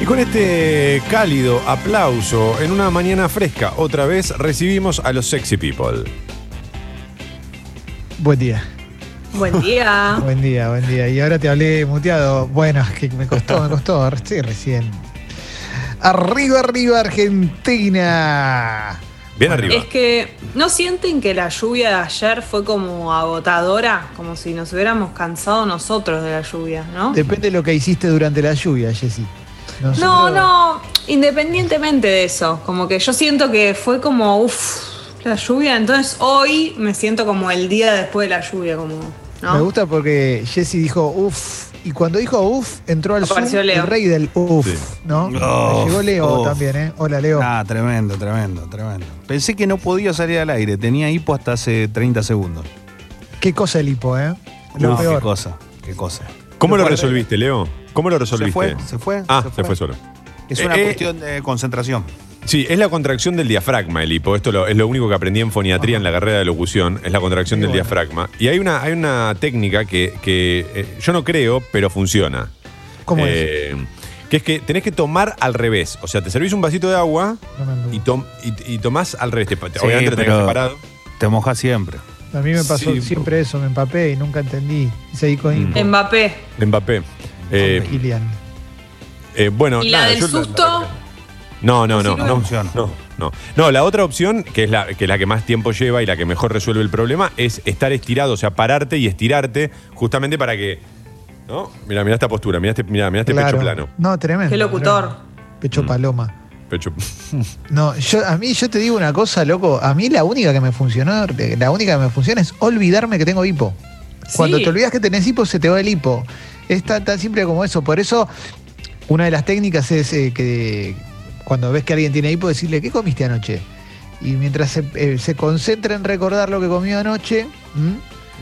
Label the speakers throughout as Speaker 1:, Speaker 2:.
Speaker 1: Y con este cálido aplauso, en una mañana fresca, otra vez recibimos a los sexy people.
Speaker 2: Buen día.
Speaker 3: Buen día.
Speaker 2: Buen día, buen día. Y ahora te hablé muteado. Bueno, es que me costó, me costó. Sí, recién. Arriba, arriba, Argentina.
Speaker 1: Bien arriba.
Speaker 3: Es que, ¿no sienten que la lluvia de ayer fue como agotadora? Como si nos hubiéramos cansado nosotros de la lluvia, ¿no?
Speaker 2: Depende de lo que hiciste durante la lluvia, Jessy.
Speaker 3: No, no, independientemente de eso. Como que yo siento que fue como, uff, la lluvia. Entonces hoy me siento como el día después de la lluvia, como, ¿no?
Speaker 2: Me gusta porque Jessy dijo, uff. Y cuando dijo uff, entró al Zoom
Speaker 3: Apareció Leo.
Speaker 2: el rey del uff,
Speaker 1: Sí.
Speaker 2: ¿no?
Speaker 4: Uf,
Speaker 2: Llegó Leo
Speaker 4: uf.
Speaker 2: también, ¿eh? Hola, Leo.
Speaker 4: Ah, tremendo, tremendo, tremendo. Pensé que no podía salir al aire, tenía hipo hasta hace 30 segundos.
Speaker 2: Qué cosa el hipo, ¿eh? Lo
Speaker 4: No,
Speaker 2: peor.
Speaker 4: qué cosa, qué cosa.
Speaker 1: ¿Cómo lo
Speaker 4: Pero guardé.
Speaker 1: resolviste, Leo? ¿Cómo lo resolviste?
Speaker 4: Se fue, se fue.
Speaker 1: Ah, se fue solo.
Speaker 4: Es una
Speaker 1: Eh, eh.
Speaker 4: cuestión de concentración.
Speaker 1: Sí, es la contracción del diafragma el hipo. Esto lo- es lo único que aprendí en foniatría en la carrera de locución, es la contracción
Speaker 2: Muy
Speaker 1: del
Speaker 2: bueno.
Speaker 1: diafragma. Y hay una, hay una técnica que, que, eh, yo no creo, pero funciona.
Speaker 2: ¿Cómo
Speaker 1: Eh, Que es que tenés que tomar al revés. O sea, te servís un vasito de agua
Speaker 2: es? No me anduvo.
Speaker 1: y, tom- y- y tomás al revés. Te- te-
Speaker 4: Sí,
Speaker 1: obviamente lo tenés
Speaker 4: pero-
Speaker 1: separado.
Speaker 4: Te mojas siempre.
Speaker 2: A mí me pasó
Speaker 1: Sí.
Speaker 2: siempre eso, me empapé y nunca entendí. Y seguí con
Speaker 1: Mm.
Speaker 2: hipo.
Speaker 3: Mbappé.
Speaker 1: Mbappé. Eh,
Speaker 2: Ilian.
Speaker 1: eh, bueno,
Speaker 3: y la
Speaker 1: nada,
Speaker 3: del
Speaker 1: yo
Speaker 3: susto,
Speaker 1: No, no, no,
Speaker 4: Sí, no
Speaker 1: no,
Speaker 4: funciona.
Speaker 1: no, no. No, la otra opción, que es la que, es la que más tiempo lleva y la que mejor resuelve el problema, es estar estirado, o sea, pararte y estirarte justamente para que... ¿No? Mira, mira esta postura, mira este, mirá, mirá este
Speaker 2: Claro.
Speaker 1: pecho plano.
Speaker 2: No, tremendo.
Speaker 3: qué locutor.
Speaker 2: tremendo. Pecho paloma.
Speaker 1: Pecho-
Speaker 2: No, yo, a mí yo te digo una cosa, loco. A mí la única que me funcionó, eh, la única que me funciona es olvidarme que tengo hipo. Cuando
Speaker 3: Sí.
Speaker 2: te olvidas que tenés hipo, se te va el hipo. Es tan, tan simple como eso. Por eso, una de las técnicas es eh, que cuando ves que alguien tiene hipo, decirle, ¿qué comiste anoche? Y mientras se, eh, se concentra en recordar lo que comió anoche, ¿m?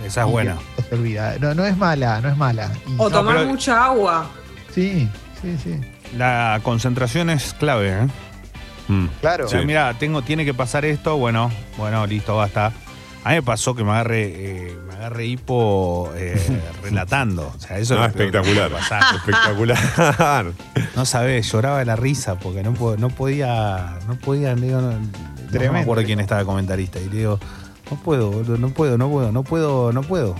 Speaker 4: Esa es
Speaker 2: Y
Speaker 4: buena.
Speaker 2: ya se olvida. No, no es mala, no es mala. Y-
Speaker 3: O tomar
Speaker 4: pero-
Speaker 3: mucha agua.
Speaker 2: Sí, sí, sí.
Speaker 4: La concentración es clave, ¿eh?
Speaker 1: Mm.
Speaker 2: Claro.
Speaker 4: O sea,
Speaker 1: Sí.
Speaker 4: mira, tengo, tiene que pasar esto, bueno, bueno, listo, basta. A mí me pasó que me agarre, eh, me agarre hipo eh, relatando. O sea, eso
Speaker 1: No,
Speaker 4: es lo peor que
Speaker 1: espectacular.
Speaker 4: puede pasar.
Speaker 1: Espectacular.
Speaker 4: No sabés, lloraba de la risa porque no, po- no podía, no podía, digo, no, no me
Speaker 2: Tremendo.
Speaker 4: acuerdo quién estaba de comentarista. Y le digo, no puedo, boludo, no puedo, no puedo, no puedo, no puedo.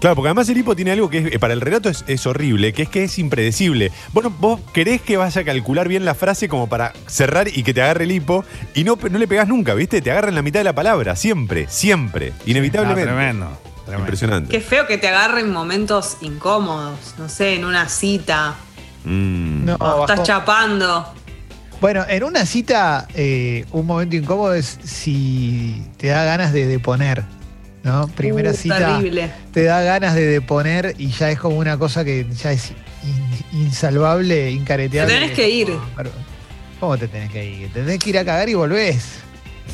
Speaker 1: Claro, porque además el hipo tiene algo que es- eh, para el relato es, es horrible, que es que es impredecible. Vos, no- vos querés que vaya a calcular bien la frase como para cerrar y que te agarre el hipo y no, no le pegás nunca, ¿viste? Te agarra en la mitad de la palabra, siempre, siempre, inevitablemente.
Speaker 4: Ah, tremendo, tremendo.
Speaker 1: Impresionante.
Speaker 3: Qué feo que te agarren momentos incómodos. No sé, en una cita.
Speaker 1: Mm.
Speaker 2: No,
Speaker 3: o estás
Speaker 2: bajó.
Speaker 3: chapando.
Speaker 2: Bueno, en una cita, eh, un momento incómodo es si te da ganas de deponer, ¿no? Primera
Speaker 3: Uh,
Speaker 2: cita
Speaker 3: Terrible.
Speaker 2: te da ganas de deponer y ya es como una cosa que ya es in- insalvable,
Speaker 3: Te
Speaker 2: incareteable.
Speaker 3: tenés que ir.
Speaker 2: ¿Cómo te tenés que ir? Te tenés que ir a cagar y volvés.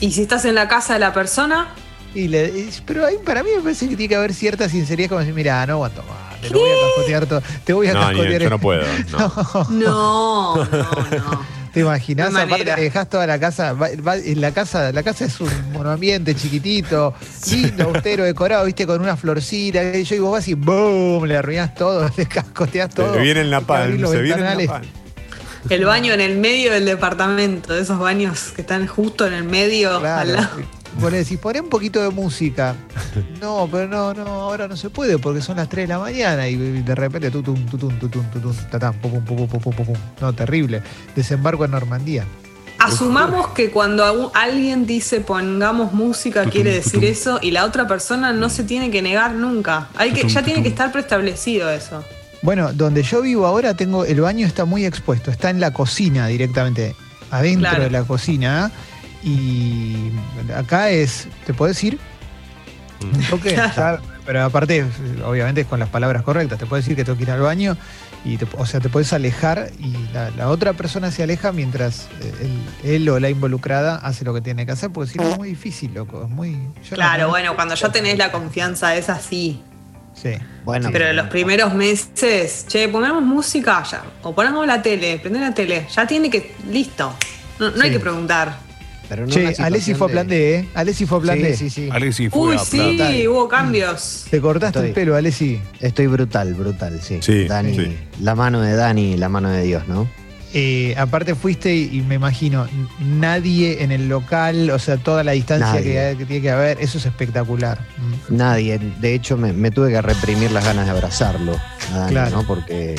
Speaker 3: Y si estás en la casa de la persona,
Speaker 2: Y le- y- pero ahí para mí me parece que tiene que haber cierta sinceridad como decir, mira, no aguanto más, te lo voy a cascotear todo, te voy a
Speaker 1: No, ni-
Speaker 2: cascotear.
Speaker 1: yo no puedo. no.
Speaker 2: Oh.
Speaker 3: no, no, no.
Speaker 2: ¿Te imaginas?
Speaker 3: No hay
Speaker 2: Aparte
Speaker 3: manera.
Speaker 2: dejás toda la casa, va- va- en la casa, la casa es un monoambiente chiquitito, lindo, austero, decorado, viste, con una florcita, qué sé yo, y vos vas y boom, le arruinás todo, le cascoteás todo.
Speaker 1: Se viene en la
Speaker 2: Hay que abrir
Speaker 1: pan,
Speaker 2: los
Speaker 1: se viene en
Speaker 2: ventanales.
Speaker 1: la pan.
Speaker 3: El baño en el medio del departamento, de esos baños que están justo en el medio. al
Speaker 2: Claro.
Speaker 3: lado.
Speaker 2: Vos le decís, poné un poquito de música. No, pero no, no, ahora no se puede porque son las 3 de la mañana y de repente tutum, tutum, tutum, tutum, tatam, pum, pum, pum, pum, pum, pum, pum. No, terrible. Desembarco en Normandía.
Speaker 3: Asumamos que cuando agu- alguien dice pongamos música quiere decir eso y la otra persona no se tiene que negar nunca. Hay que, ya tiene que estar preestablecido eso.
Speaker 2: Bueno, donde yo vivo ahora tengo el baño está muy expuesto, está en la cocina directamente, adentro
Speaker 3: Claro.
Speaker 2: de la cocina y acá es, ¿te podés ir?
Speaker 3: Mm.
Speaker 2: Un toque, ya, pero aparte obviamente es con las palabras correctas, te puedes decir que tengo que ir al baño y te- o sea, te puedes alejar y la, la otra persona se aleja mientras eh, él, él o la involucrada hace lo que tiene que hacer, porque si no es muy difícil, loco, es muy yo no
Speaker 3: Claro,
Speaker 2: conozco-
Speaker 3: bueno, cuando ya tenés la confianza es así.
Speaker 2: Sí.
Speaker 5: Bueno,
Speaker 3: Pero en los primeros meses, che, pongamos música ya. O pongamos la tele, prende la tele. Ya tiene que. Listo. No, no hay
Speaker 2: Sí.
Speaker 3: que preguntar.
Speaker 5: pero no
Speaker 2: Che,
Speaker 5: una
Speaker 2: Alessi
Speaker 5: situación
Speaker 2: fue a
Speaker 5: de-
Speaker 2: plan D, ¿eh? Alessi fue a plan D.
Speaker 5: Sí, sí, sí.
Speaker 4: Alexis fue
Speaker 3: Uy,
Speaker 4: a
Speaker 3: sí,
Speaker 5: total.
Speaker 3: hubo cambios.
Speaker 5: Mm.
Speaker 2: Te cortaste el
Speaker 5: Estoy-
Speaker 2: pelo, Alessi.
Speaker 5: Estoy brutal, brutal, sí.
Speaker 1: Sí,
Speaker 5: Dani,
Speaker 1: sí.
Speaker 5: La mano de Dani, la mano de Dios, ¿no?
Speaker 2: eh, aparte fuiste y, y me imagino, n- nadie en el local, o sea, toda la distancia
Speaker 5: Nadie.
Speaker 2: que, hay- que tiene que haber, eso es espectacular. Mm.
Speaker 5: Nadie, de hecho me, me tuve que reprimir las ganas de abrazarlo, a Dani,
Speaker 2: Claro.
Speaker 5: ¿no? Porque,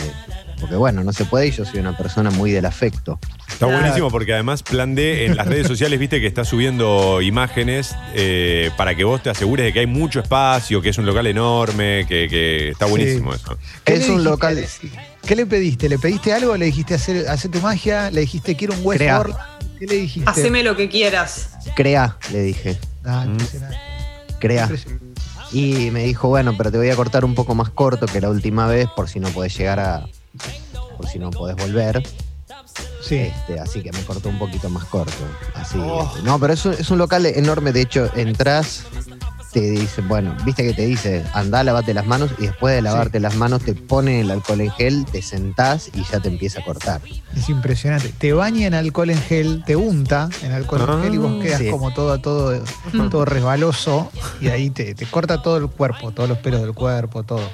Speaker 5: porque bueno, no se puede y yo soy una persona muy del afecto.
Speaker 1: Está buenísimo porque además Plan D en las redes sociales, viste que está subiendo imágenes eh, para que vos te asegures de que hay mucho espacio, que es un local enorme, que, que está buenísimo eso.
Speaker 2: ¿Qué
Speaker 5: Es
Speaker 2: le
Speaker 5: un
Speaker 2: dijiste?
Speaker 5: local...
Speaker 2: ¿Qué le pediste? ¿Le pediste algo? ¿Le dijiste hacer, hacer tu magia? ¿Le dijiste quiero un West
Speaker 5: Crea.
Speaker 2: Orland"? ¿Qué le dijiste?
Speaker 3: Haceme lo que quieras.
Speaker 5: Crea, le dije,
Speaker 2: Ah,
Speaker 1: Mm.
Speaker 2: impresionante.
Speaker 5: crea.
Speaker 2: Impresionante.
Speaker 5: Y me dijo, bueno, pero te voy a cortar un poco más corto que la última vez por si no podés llegar a... por si no podés volver.
Speaker 2: Sí.
Speaker 5: Este, así que me cortó un poquito más corto. Así, este, No, pero es un, es un local enorme. De hecho, entras, te dicen, bueno, viste que te dice, andá, lavate las manos y después de lavarte las manos te pone el alcohol en gel, te sentás y ya te empieza a cortar.
Speaker 2: Es impresionante. Te baña en alcohol en gel, te unta en alcohol en
Speaker 1: Ah,
Speaker 2: gel y vos quedas
Speaker 5: sí.
Speaker 2: como todo, todo, todo resbaloso y ahí te, te corta todo el cuerpo, todos los pelos del cuerpo, todo.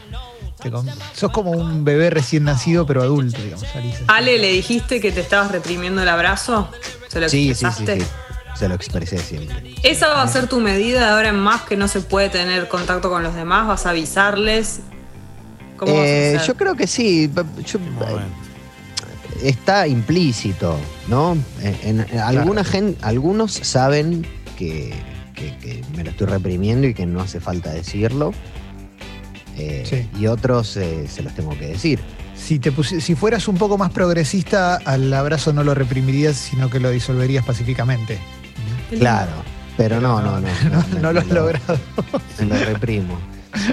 Speaker 2: Te com- sos como un bebé recién nacido, pero adulto, digamos, salís así.
Speaker 3: Ale, ¿le dijiste que te estabas reprimiendo el abrazo? ¿Se lo
Speaker 5: Sí, sí, sí,
Speaker 3: expresaste?
Speaker 5: sí. Se lo expresé siempre.
Speaker 3: Esa va a ser tu medida de ahora en más que no se puede tener contacto con los demás, vas a avisarles. ¿Cómo vas a
Speaker 5: Eh,
Speaker 3: hacer?
Speaker 5: yo creo que sí. Yo- eh,
Speaker 4: Bueno,
Speaker 5: está implícito, ¿no? En, en- en alguna gen- algunos saben que, que- que me lo estoy reprimiendo y que no hace falta decirlo. Eh,
Speaker 2: Sí.
Speaker 5: Y otros eh, se los tengo que decir.
Speaker 2: Si, te pusi- si fueras un poco más progresista, al abrazo no lo reprimirías, sino que lo disolverías pacíficamente.
Speaker 5: Claro. Pero no, no, no.
Speaker 2: No, no lo has
Speaker 5: me
Speaker 2: logrado.
Speaker 5: me lo reprimo.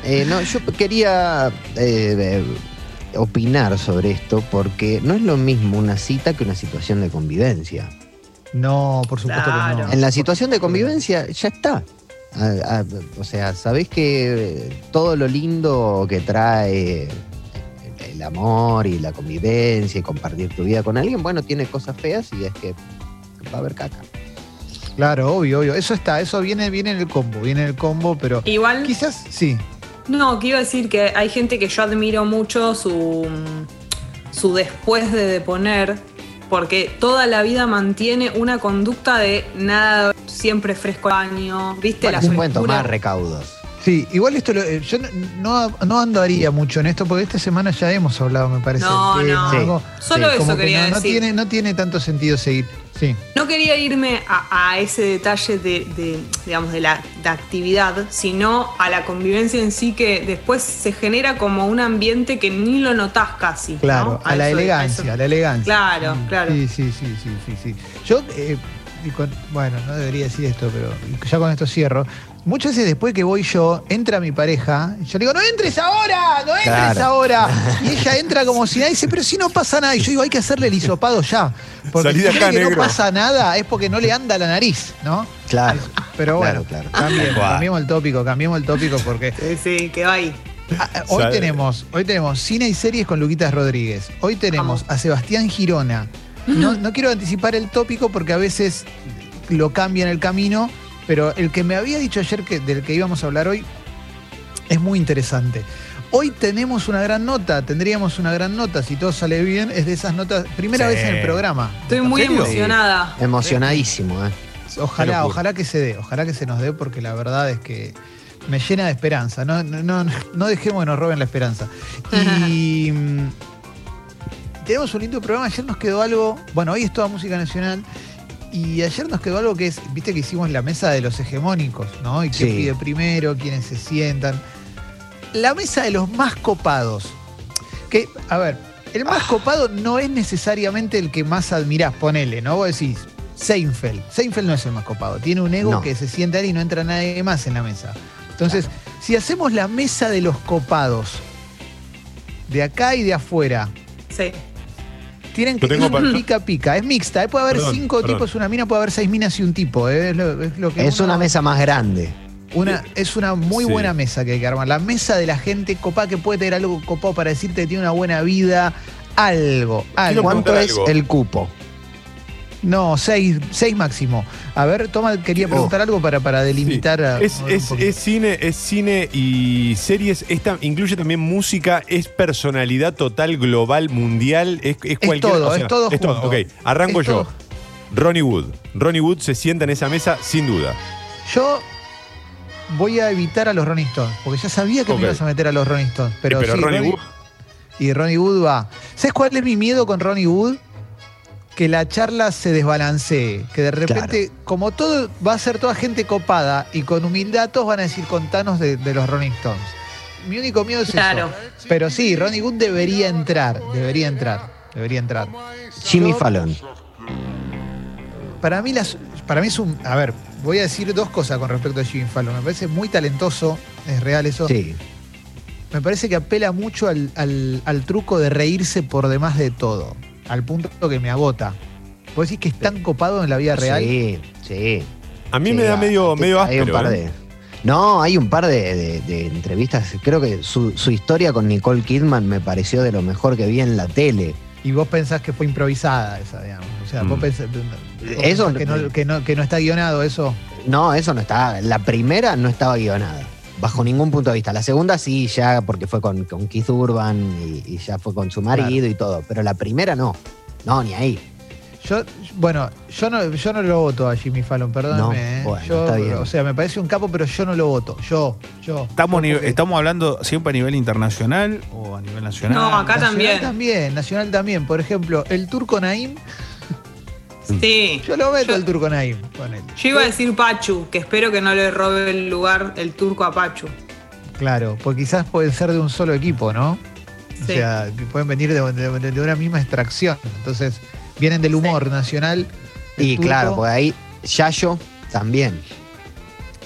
Speaker 5: Eh, no, yo quería eh, eh, opinar sobre esto porque no es lo mismo una cita que una situación de convivencia.
Speaker 2: No, por supuesto que
Speaker 3: Claro.
Speaker 2: no.
Speaker 5: En la situación de convivencia ya está. A- a- o sea, sabés que eh, todo lo lindo que trae eh, el, el amor y la convivencia y compartir tu vida con alguien, bueno, tiene cosas feas y es que va a haber caca.
Speaker 2: Claro, obvio, obvio. Eso está, eso viene, viene en el combo, viene en el combo, pero
Speaker 3: Igual.
Speaker 2: quizás sí.
Speaker 3: No, que iba a decir que hay gente que yo admiro mucho su, su después de deponer, porque toda la vida mantiene una conducta de nada, siempre fresco el baño, ¿viste?
Speaker 5: Bueno,
Speaker 3: la
Speaker 5: se pueden
Speaker 3: frescura.
Speaker 5: tomar recaudos.
Speaker 2: Sí, igual esto lo- eh, yo no, no- no andaría mucho en esto porque esta semana ya hemos hablado, me parece.
Speaker 3: No,
Speaker 2: del tema,
Speaker 3: no.
Speaker 2: algo-
Speaker 3: Solo
Speaker 2: como
Speaker 3: eso
Speaker 2: que
Speaker 3: quería
Speaker 2: no, no
Speaker 3: decir.
Speaker 2: tiene, no tiene tanto sentido seguir. Sí,
Speaker 3: No quería irme a, a ese detalle de, de, digamos, de la de actividad, sino a la convivencia en sí que después se genera como un ambiente que ni lo notás casi. ¿no?
Speaker 2: claro, a, la
Speaker 3: eso-
Speaker 2: elegancia,
Speaker 3: eso-
Speaker 2: a la elegancia.
Speaker 3: Claro,
Speaker 2: Mm,
Speaker 3: claro.
Speaker 2: Sí, sí, sí, sí, sí, sí. Yo, eh, y con- bueno, no debería decir esto, pero ya con esto cierro. Muchas veces después que voy yo, entra mi pareja, yo le digo, no entres ahora, no entres
Speaker 5: Claro.
Speaker 2: ahora. Y ella entra como si nada, y dice, pero si no pasa nada. Y yo digo, hay que hacerle el hisopado ya. Porque
Speaker 1: Salí
Speaker 2: si
Speaker 1: de
Speaker 2: cree
Speaker 1: acá,
Speaker 2: que
Speaker 1: negro.
Speaker 2: no pasa nada es porque no le anda la nariz, ¿no?
Speaker 5: Claro.
Speaker 2: Pero bueno,
Speaker 5: Claro, claro.
Speaker 2: cambie-
Speaker 4: Guau.
Speaker 2: cambiemos el tópico, cambiemos el tópico porque
Speaker 3: Eh, Sí, quedó ahí.
Speaker 2: Ah, ah, Hoy
Speaker 1: Sabe.
Speaker 2: tenemos, hoy tenemos cine y series con Luquitas Rodríguez. Hoy tenemos a Sebastián Girona. No, no quiero anticipar el tópico porque a veces lo cambia en el camino, pero el que me había dicho ayer que, del que íbamos a hablar hoy es muy interesante. Hoy tenemos una gran nota, tendríamos una gran nota, si todo sale bien, es de esas notas, primera
Speaker 4: Sí.
Speaker 2: vez en el programa.
Speaker 3: Estoy muy
Speaker 4: serio?
Speaker 3: emocionada.
Speaker 5: Emocionadísimo, ¿eh?
Speaker 1: Qué
Speaker 2: Ojalá,
Speaker 1: locura.
Speaker 2: ojalá que se dé, ojalá que se nos dé, porque la verdad es que me llena de esperanza. No, no, no, no dejemos que nos roben la esperanza. Y mm, tenemos un lindo programa. Ayer nos quedó algo. Bueno, hoy es toda música nacional. Y ayer nos quedó algo que es, viste que hicimos la mesa de los hegemónicos, ¿no? Y quién
Speaker 5: Sí.
Speaker 2: pide primero, quiénes se sientan. La mesa de los más copados. Que, a ver, el más
Speaker 5: Ah.
Speaker 2: copado no es necesariamente el que más admirás, ponele, ¿no? Vos decís, Seinfeld. Seinfeld no es el más copado. Tiene un ego
Speaker 5: No.
Speaker 2: que se sienta él y no entra nadie más en la mesa. Entonces, si hacemos la mesa de los copados, de acá y de afuera,
Speaker 3: Sí.
Speaker 2: tienen
Speaker 1: Yo
Speaker 2: que
Speaker 1: tengo
Speaker 2: es
Speaker 1: pa-
Speaker 2: pica pica, es mixta, ¿eh? puede haber
Speaker 1: Perdón,
Speaker 2: cinco
Speaker 1: perdón.
Speaker 2: tipos, una mina, puede haber seis minas y un tipo, ¿eh? es, lo, es lo que
Speaker 5: Es
Speaker 2: uno-
Speaker 5: una mesa más grande.
Speaker 2: una- es una muy
Speaker 1: Sí.
Speaker 2: buena mesa que hay que armar. La mesa de la gente copada que puede tener algo copado para decirte que tiene una buena vida, algo, algo.
Speaker 1: Quiero
Speaker 5: ¿Cuánto
Speaker 1: preguntar
Speaker 5: es
Speaker 1: algo.
Speaker 5: el cupo?
Speaker 2: No, seis, seis máximo. A ver, Toma quería preguntar algo para, para delimitar. a-
Speaker 1: Oh. es,
Speaker 2: un
Speaker 1: es-
Speaker 2: poquito.
Speaker 1: es cine, es cine y series. Esta incluye también música, es personalidad total, global, mundial. Es, es
Speaker 2: Es
Speaker 1: cualquier
Speaker 2: todo, es todo junto.
Speaker 1: ok, arranco
Speaker 2: Es
Speaker 1: yo.
Speaker 2: todo.
Speaker 1: Ronnie Wood. Ronnie Wood se sienta en esa mesa sin duda.
Speaker 2: Yo voy a evitar a los Rolling Stones, porque ya sabía que
Speaker 1: Ok.
Speaker 2: me ibas a meter a los Rolling Stones. Pero,
Speaker 1: Eh,
Speaker 2: sí,
Speaker 1: Ronnie Wood.
Speaker 2: Y Ronnie Wood va. ¿Sabes cuál es mi miedo con Ronnie Wood? Que la charla se desbalancee. Que de repente, como todo va a ser toda gente copada y con humildad, todos van a decir contanos de, de los Rolling Stones. Mi único miedo es
Speaker 3: Claro.
Speaker 2: eso. Pero sí, Ronnie Wood debería entrar. Debería entrar. Debería entrar.
Speaker 5: Jimmy Fallon.
Speaker 2: Para mí, las, para mí es un. A ver, voy a decir dos cosas con respecto a Jimmy Fallon. Me parece muy talentoso. Es real eso.
Speaker 5: Sí.
Speaker 2: me parece que apela mucho al, al- al truco de reírse por demás de todo, al punto que me agota. ¿Vos decís que es tan copado en la vida real?
Speaker 5: Sí, sí.
Speaker 1: A mí
Speaker 5: Sí,
Speaker 1: me da
Speaker 5: hay-
Speaker 1: medio, medio
Speaker 5: hay
Speaker 1: áspero.
Speaker 5: un par
Speaker 1: ¿eh?
Speaker 5: de- No, hay un par de, de- de entrevistas. Creo que su, su historia con Nicole Kidman me pareció de lo mejor que vi en la tele.
Speaker 2: Y vos pensás que fue improvisada esa, digamos. O sea, vos
Speaker 1: Mm.
Speaker 2: pensás, vos
Speaker 5: Eso-
Speaker 2: pensás
Speaker 5: eh.
Speaker 2: que, no, que no- que no está guionado eso.
Speaker 5: No, eso no está. La primera no estaba guionada, bajo ningún punto de vista. La segunda sí, ya porque fue con, con Keith Urban y, y ya fue con su marido y todo. Pero la primera no. No, ni ahí.
Speaker 2: Yo, bueno, yo no, yo no lo voto a Jimmy Fallon,
Speaker 5: No,
Speaker 2: perdóname. ¿eh?
Speaker 5: bueno,
Speaker 2: Yo,
Speaker 5: está bien.
Speaker 2: O sea, me parece un capo, pero yo no lo voto. Yo, yo.
Speaker 4: Estamos, a nivel-
Speaker 2: Porque-
Speaker 4: estamos hablando siempre a nivel internacional o a nivel nacional.
Speaker 3: No, acá
Speaker 2: Nacional
Speaker 3: también.
Speaker 2: también, Nacional también. Por ejemplo, el turco Naim,
Speaker 3: Sí.
Speaker 2: yo lo meto
Speaker 3: Yo-
Speaker 2: al turco Naim con él.
Speaker 3: Yo iba a decir Pachu, que espero que no le robe el lugar el turco a Pachu.
Speaker 2: Claro, porque quizás pueden ser de un solo equipo, ¿no? O
Speaker 3: Sí.
Speaker 2: sea, que pueden venir de, de- de una misma extracción. Entonces, vienen del humor nacional. del
Speaker 5: Y
Speaker 2: turco,
Speaker 5: claro, por ahí Yayo también.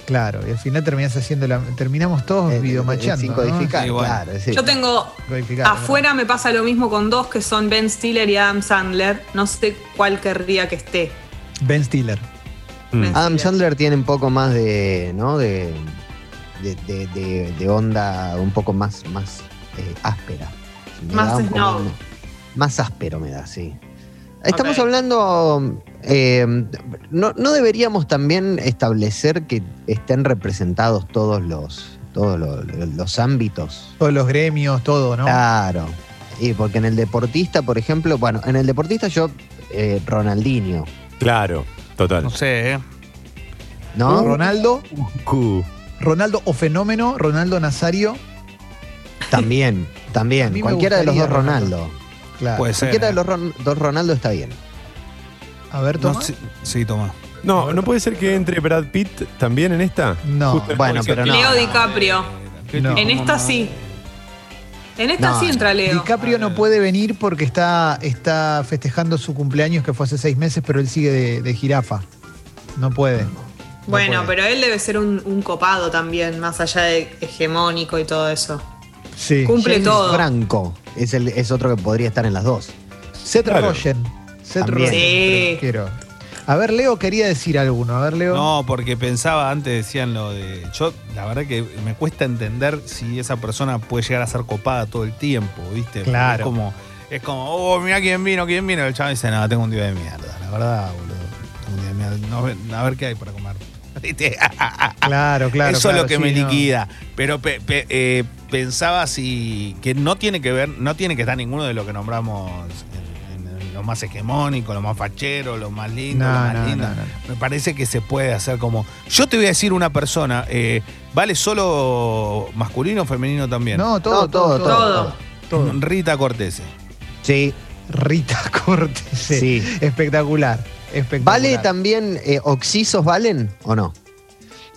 Speaker 2: Claro, y al final terminás haciendo la, terminamos todos
Speaker 5: Eh,
Speaker 2: videomacheando.
Speaker 5: Sin
Speaker 2: ¿no?
Speaker 5: codificar,
Speaker 4: Sí, bueno.
Speaker 5: claro. sí.
Speaker 3: Yo tengo
Speaker 2: Codificado,
Speaker 3: afuera me pasa lo mismo con dos que son Ben Stiller y Adam Sandler. No sé cuál querría que esté.
Speaker 2: ¿verdad? Ben Stiller.
Speaker 1: Mm.
Speaker 3: Ben
Speaker 5: Adam
Speaker 3: Stiller.
Speaker 5: Sandler tiene un poco más de, ¿no? De, de, de- de- de onda un poco más, más eh, áspera. Me
Speaker 3: Más
Speaker 5: da un poco
Speaker 3: snob.
Speaker 5: más- Más áspero me da, sí. Estamos
Speaker 3: Ok.
Speaker 5: hablando, eh, no, no deberíamos también establecer que estén representados todos los, todos los, los ámbitos?
Speaker 2: Todos los gremios, todo, ¿no?
Speaker 5: Claro. Y porque en el deportista, por ejemplo, bueno, en el deportista yo, eh, Ronaldinho,
Speaker 1: Claro, total.
Speaker 4: No sé, ¿eh?
Speaker 5: ¿no?
Speaker 2: Ronaldo,
Speaker 1: Cu.
Speaker 2: Ronaldo o fenómeno, Ronaldo Nazario.
Speaker 5: También,
Speaker 2: A
Speaker 5: también.
Speaker 2: mí me
Speaker 5: Cualquiera de los dos
Speaker 2: gustaría
Speaker 5: Ronaldo.
Speaker 2: Claro.
Speaker 4: Puede ser.
Speaker 5: Cualquiera
Speaker 4: ¿eh?
Speaker 5: de los Ron- dos Ronaldo está bien.
Speaker 2: A ver,
Speaker 4: No,
Speaker 2: Tomás.
Speaker 4: sí, sí, toma.
Speaker 1: No, no puede ser que entre Brad Pitt también en esta.
Speaker 2: No.
Speaker 1: Justo en
Speaker 5: Bueno,
Speaker 1: Policía.
Speaker 5: pero no.
Speaker 3: Leo DiCaprio.
Speaker 2: No.
Speaker 3: En esta sí. En esta
Speaker 5: No,
Speaker 3: sí entra Leo.
Speaker 2: DiCaprio
Speaker 4: Ah, eh.
Speaker 2: no puede venir porque está, está festejando su cumpleaños que fue hace seis meses, pero él sigue de, de jirafa. No puede. No
Speaker 3: bueno,
Speaker 2: puede.
Speaker 3: pero él debe ser un, un copado también, más allá de hegemónico y todo eso.
Speaker 2: Sí.
Speaker 3: Cumple
Speaker 5: James
Speaker 3: todo.
Speaker 5: Franco es, el, es otro que podría estar en las dos.
Speaker 2: Seth
Speaker 1: Claro.
Speaker 2: Rogen. Seth
Speaker 5: También.
Speaker 2: Rogen,
Speaker 3: Sí.
Speaker 2: quiero. A ver, Leo quería decir alguno. A ver, Leo.
Speaker 4: No, porque pensaba, antes decían lo de. Yo, la verdad que me cuesta entender si esa persona puede llegar a ser copada todo el tiempo, ¿viste?
Speaker 2: Claro.
Speaker 4: Es como, es como oh, mirá quién vino, quién vino. El chaval dice, no, tengo un día de mierda, la verdad, boludo. Tengo un día de mierda. No, a ver- a ver qué hay para comer. ¿Viste?
Speaker 2: Claro, claro.
Speaker 4: ah, Eso es
Speaker 2: claro,
Speaker 4: lo que
Speaker 2: sí,
Speaker 4: me
Speaker 2: no.
Speaker 4: liquida. Pero pe- pe- eh, pensaba si. que no tiene que ver, no tiene que estar ninguno de lo que nombramos en, en- en lo más hegemónico, lo más fachero, lo más lindo,
Speaker 2: No,
Speaker 4: lo más
Speaker 2: no,
Speaker 4: lindo.
Speaker 2: no, no.
Speaker 4: Me parece que se puede hacer como. Yo te voy a decir una persona, eh, ¿vale solo masculino o femenino también?
Speaker 2: No, todo,
Speaker 5: No,
Speaker 2: todo, todo,
Speaker 5: todo,
Speaker 3: Todo.
Speaker 2: todo.
Speaker 4: Rita Cortese.
Speaker 5: Sí,
Speaker 2: Rita Cortés.
Speaker 5: sí.
Speaker 2: Espectacular. Espectacular.
Speaker 5: ¿Vale también eh, Oxisos valen o no?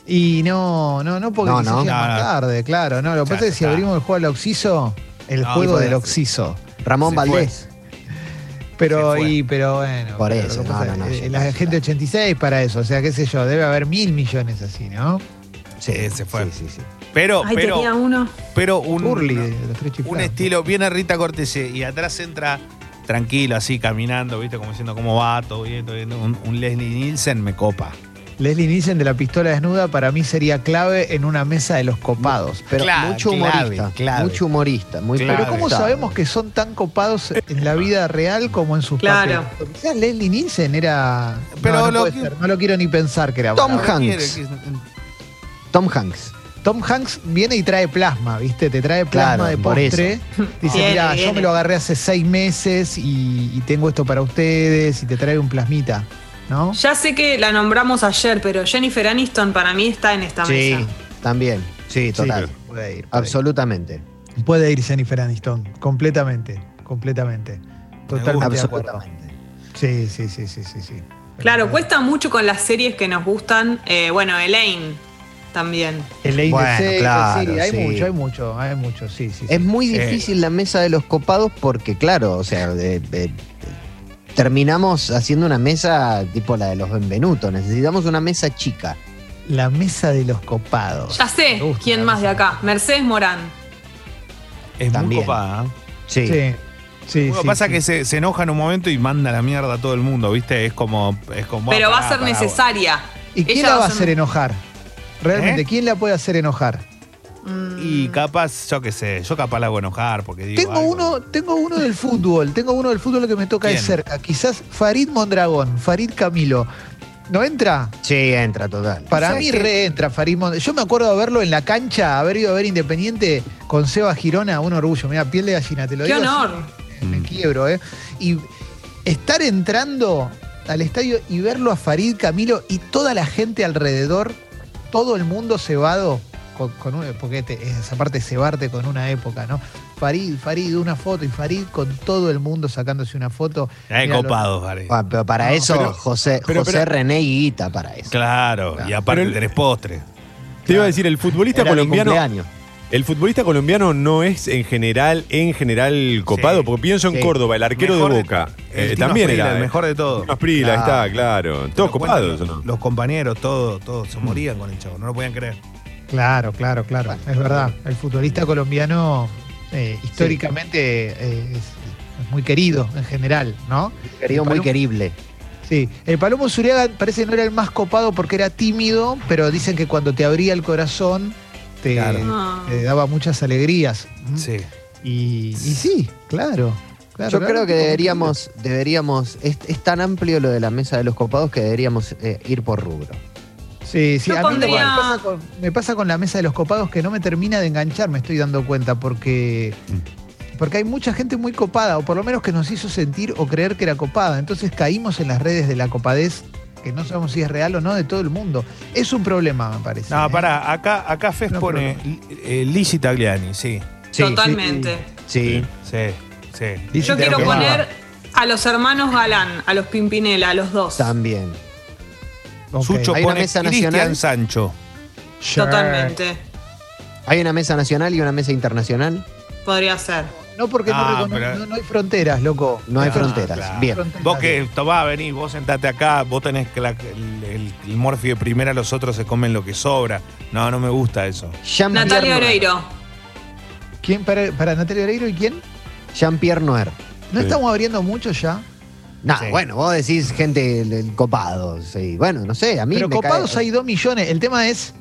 Speaker 2: Y no, no, no, porque
Speaker 5: No,
Speaker 2: quizás
Speaker 5: no.
Speaker 2: llega
Speaker 4: No,
Speaker 2: más
Speaker 4: no.
Speaker 2: tarde, claro. No, lo que
Speaker 4: Ya
Speaker 2: pasa es que si
Speaker 4: está.
Speaker 2: abrimos el juego al Oxiso, el
Speaker 4: No,
Speaker 2: juego
Speaker 4: puede
Speaker 2: del
Speaker 4: ser.
Speaker 2: Oxiso.
Speaker 5: Ramón
Speaker 4: Se
Speaker 5: Valdés.
Speaker 2: Pero,
Speaker 4: Se fue.
Speaker 2: y, pero bueno.
Speaker 5: Por
Speaker 2: pero
Speaker 5: eso,
Speaker 2: lo que
Speaker 5: no,
Speaker 2: pasa
Speaker 5: no, no,
Speaker 2: es,
Speaker 5: ya
Speaker 2: eh, la
Speaker 5: está, ya
Speaker 2: gente
Speaker 5: está.
Speaker 2: 86 para eso, o sea, qué sé yo, debe haber mil millones así, ¿no?
Speaker 4: Sí, se fue.
Speaker 5: Sí, sí, sí.
Speaker 4: Pero,
Speaker 3: Ahí tenía
Speaker 4: pero,
Speaker 3: uno.
Speaker 4: pero un.
Speaker 2: Curly, de los tres chiflados.
Speaker 4: un estilo, viene Rita Cortese y atrás entra tranquilo, así caminando, ¿viste? Como diciendo cómo va, todo bien, todo bien. Un, un Leslie Nielsen me copa.
Speaker 2: Leslie Nielsen de la pistola desnuda para mí sería clave en una mesa de los copados.
Speaker 5: Pero
Speaker 4: Clave,
Speaker 5: mucho
Speaker 4: clave,
Speaker 5: humorista.
Speaker 4: clave.
Speaker 5: Mucho humorista. Muy
Speaker 4: Clave.
Speaker 2: Pero ¿cómo
Speaker 5: conectado.
Speaker 2: sabemos que son tan copados en la vida real como en sus
Speaker 3: Claro.
Speaker 2: papeles? Quizás Leslie Nielsen era... no,
Speaker 4: Pero
Speaker 2: no,
Speaker 4: lo
Speaker 2: puede
Speaker 4: que-
Speaker 2: ser, no lo quiero ni pensar que era...
Speaker 5: Tom
Speaker 2: bravo.
Speaker 5: Hanks. Tom Hanks.
Speaker 2: Tom Hanks viene y trae plasma, ¿viste? Te trae plasma
Speaker 5: Claro,
Speaker 2: de
Speaker 5: por
Speaker 2: postre. Dice,
Speaker 3: Viene,
Speaker 2: mira, yo
Speaker 3: viene.
Speaker 2: me lo agarré hace seis meses y, y tengo esto para ustedes y te trae un plasmita, ¿no?
Speaker 3: Ya sé que la nombramos ayer, pero Jennifer Aniston para mí está en
Speaker 2: Ah,
Speaker 3: esta
Speaker 5: Sí,
Speaker 3: mesa.
Speaker 5: también. Sí, total.
Speaker 2: Sí, puede ir. puede ir.
Speaker 5: Absolutamente.
Speaker 2: Puede ir Jennifer Aniston, completamente, completamente. Totalmente de acuerdo.
Speaker 5: Absolutamente.
Speaker 2: Sí, sí, sí, sí, sí, sí.
Speaker 3: Claro, cuesta mucho con las series que nos gustan. Eh, bueno, Elaine también.
Speaker 2: El Lane
Speaker 5: Bueno,
Speaker 2: de Seca,
Speaker 5: claro,
Speaker 2: sí, hay
Speaker 5: sí.
Speaker 2: mucho, hay mucho, hay mucho, sí, sí. sí.
Speaker 5: Es muy difícil la mesa de los copados porque, claro, o sea, de- de- terminamos haciendo una mesa tipo la de los Benvenuto. Necesitamos una mesa chica.
Speaker 2: La mesa de los copados.
Speaker 3: Ya sé
Speaker 2: Me gusta
Speaker 3: quién
Speaker 2: la
Speaker 3: más de
Speaker 2: mesa.
Speaker 3: acá. Mercedes Morán.
Speaker 4: Es
Speaker 5: También.
Speaker 4: muy copada. ¿eh?
Speaker 5: Sí.
Speaker 2: Sí, sí,
Speaker 4: Lo que
Speaker 2: sí,
Speaker 4: pasa
Speaker 2: sí.
Speaker 4: que se, se enoja en un momento y manda la mierda a todo el mundo, ¿viste? Es como. Es como
Speaker 3: pero
Speaker 4: ah,
Speaker 3: va a ser
Speaker 4: pará, pará,
Speaker 3: necesaria.
Speaker 2: ¿Y quién
Speaker 3: Ella
Speaker 2: la va a
Speaker 3: ser-
Speaker 2: hacer enojar? Realmente,
Speaker 4: ¿Eh?
Speaker 2: ¿quién la puede hacer enojar?
Speaker 3: Mm.
Speaker 4: Y capaz, yo qué sé, yo capaz la voy a enojar porque digo.
Speaker 2: Tengo
Speaker 4: algo.
Speaker 2: uno, tengo uno del fútbol, tengo uno del fútbol que me toca de
Speaker 4: ¿Quién?
Speaker 2: cerca. Quizás Farid Mondragón, Farid Camilo. ¿No entra?
Speaker 5: Sí, entra total.
Speaker 2: Para
Speaker 5: Sí.
Speaker 2: mí reentra Farid Mondragón. Yo me acuerdo de verlo en la cancha, haber ido a ver Independiente con Seba Girona, un orgullo. Mira, piel de gallina, te lo
Speaker 3: Qué
Speaker 2: digo. así,
Speaker 3: honor.
Speaker 2: me
Speaker 4: Mm.
Speaker 2: quiebro, ¿eh? Y estar entrando al estadio y verlo a Farid Camilo y toda la gente alrededor, todo el mundo cebado, con, con un, porque te- esa parte es cebarte con una época, ¿no? Farid, Farid, una foto, y Farid con todo el mundo sacándose una foto.
Speaker 4: Ya he
Speaker 2: Mira, lo-
Speaker 4: copado, Farid.
Speaker 5: Ah, pero para
Speaker 2: No,
Speaker 5: eso,
Speaker 1: pero-
Speaker 5: José,
Speaker 1: pero-
Speaker 5: José
Speaker 1: pero-
Speaker 5: René Guita para eso.
Speaker 4: Claro, y aparte
Speaker 1: Pero el-
Speaker 4: tenés postre.
Speaker 1: Te iba a decir, el futbolista
Speaker 5: Era mi
Speaker 1: colombiano.
Speaker 5: cumpleaños.
Speaker 1: El futbolista colombiano no es en general, en general copado,
Speaker 4: Sí,
Speaker 1: porque pienso en
Speaker 5: sí.
Speaker 1: Córdoba, el arquero
Speaker 4: Mejor
Speaker 1: de
Speaker 4: de-
Speaker 1: Boca.
Speaker 4: el
Speaker 1: eh,
Speaker 4: Tino
Speaker 1: también
Speaker 4: Asprila,
Speaker 1: era.
Speaker 4: el
Speaker 1: eh,
Speaker 4: mejor de todos.
Speaker 1: Tino Asprila, ahí está, claro. Todos
Speaker 4: Lo cuentan
Speaker 1: copados,
Speaker 4: los,
Speaker 1: ¿o ¿no?
Speaker 4: los compañeros, todos, todos se morían con el chavo, no lo podían creer.
Speaker 2: Claro, claro, claro.
Speaker 5: Bueno.
Speaker 2: es verdad. El futbolista colombiano eh, históricamente eh, es, es muy querido en general, ¿no?
Speaker 5: Querido, muy
Speaker 2: Paloma-
Speaker 5: querible.
Speaker 2: Sí, el Palomo Zuriaga parece que no era el más copado porque era tímido, pero dicen que cuando te abría el corazón te, eh,
Speaker 3: Ah.
Speaker 2: te daba muchas alegrías. ¿Mm?
Speaker 4: Sí.
Speaker 2: Y, y sí, claro. claro,
Speaker 5: Yo
Speaker 2: claro,
Speaker 5: creo que
Speaker 2: tipo,
Speaker 5: deberíamos, deberíamos, es, es tan amplio lo de la mesa de los copados que deberíamos eh, ir por rubro.
Speaker 2: Sí, sí,
Speaker 3: Yo
Speaker 2: a mí lo que
Speaker 3: pondría-
Speaker 2: me, pasa con, me pasa con la mesa de los copados que no me termina de enganchar, me estoy dando cuenta, porque, porque hay mucha gente muy copada, o por lo menos que nos hizo sentir o creer que era copada. Entonces caímos en las redes de la copadez, que no sabemos si es real o no, de todo el mundo. Es un problema, me parece.
Speaker 4: No,
Speaker 2: ¿eh?
Speaker 4: pará, acá, acá Fes
Speaker 2: No,
Speaker 4: pone eh, Lizzy Tagliani, sí.
Speaker 5: Sí,
Speaker 3: Totalmente.
Speaker 5: Sí.
Speaker 4: Sí, sí.
Speaker 5: Y
Speaker 3: Yo
Speaker 5: sí,
Speaker 3: quiero
Speaker 5: pero que-
Speaker 3: poner a los hermanos Galán, a los Pimpinela, a los dos.
Speaker 5: También.
Speaker 2: Ok.
Speaker 4: Sucho
Speaker 5: Hay una
Speaker 4: pone
Speaker 5: mesa
Speaker 4: Cristian
Speaker 5: nacional.
Speaker 4: Sancho.
Speaker 2: Sure.
Speaker 3: Totalmente.
Speaker 5: Hay una mesa nacional y una mesa internacional.
Speaker 3: Podría ser.
Speaker 2: No porque no
Speaker 4: Ah,
Speaker 2: recono-
Speaker 4: pero-
Speaker 2: no, no hay fronteras, loco.
Speaker 5: No hay
Speaker 4: Ah,
Speaker 5: fronteras.
Speaker 4: claro.
Speaker 5: Bien.
Speaker 2: Fronteras.
Speaker 4: Vos que tomá, vení, vos sentate acá, vos tenés que la- el, el, el morfi de primera, los otros se comen lo que sobra. No, no me gusta eso.
Speaker 5: Jean
Speaker 3: Natalia Oreiro.
Speaker 2: ¿Quién para, para Natalia Oreiro y quién?
Speaker 5: Jean-Pierre Noer.
Speaker 2: ¿No
Speaker 1: Sí.
Speaker 2: estamos abriendo mucho ya?
Speaker 5: No,
Speaker 4: Sí.
Speaker 5: bueno, vos decís gente el- el copado. Sí. Bueno, no sé, a mí
Speaker 2: Pero
Speaker 5: me
Speaker 2: copados
Speaker 5: cae-
Speaker 2: hay dos millones. El tema es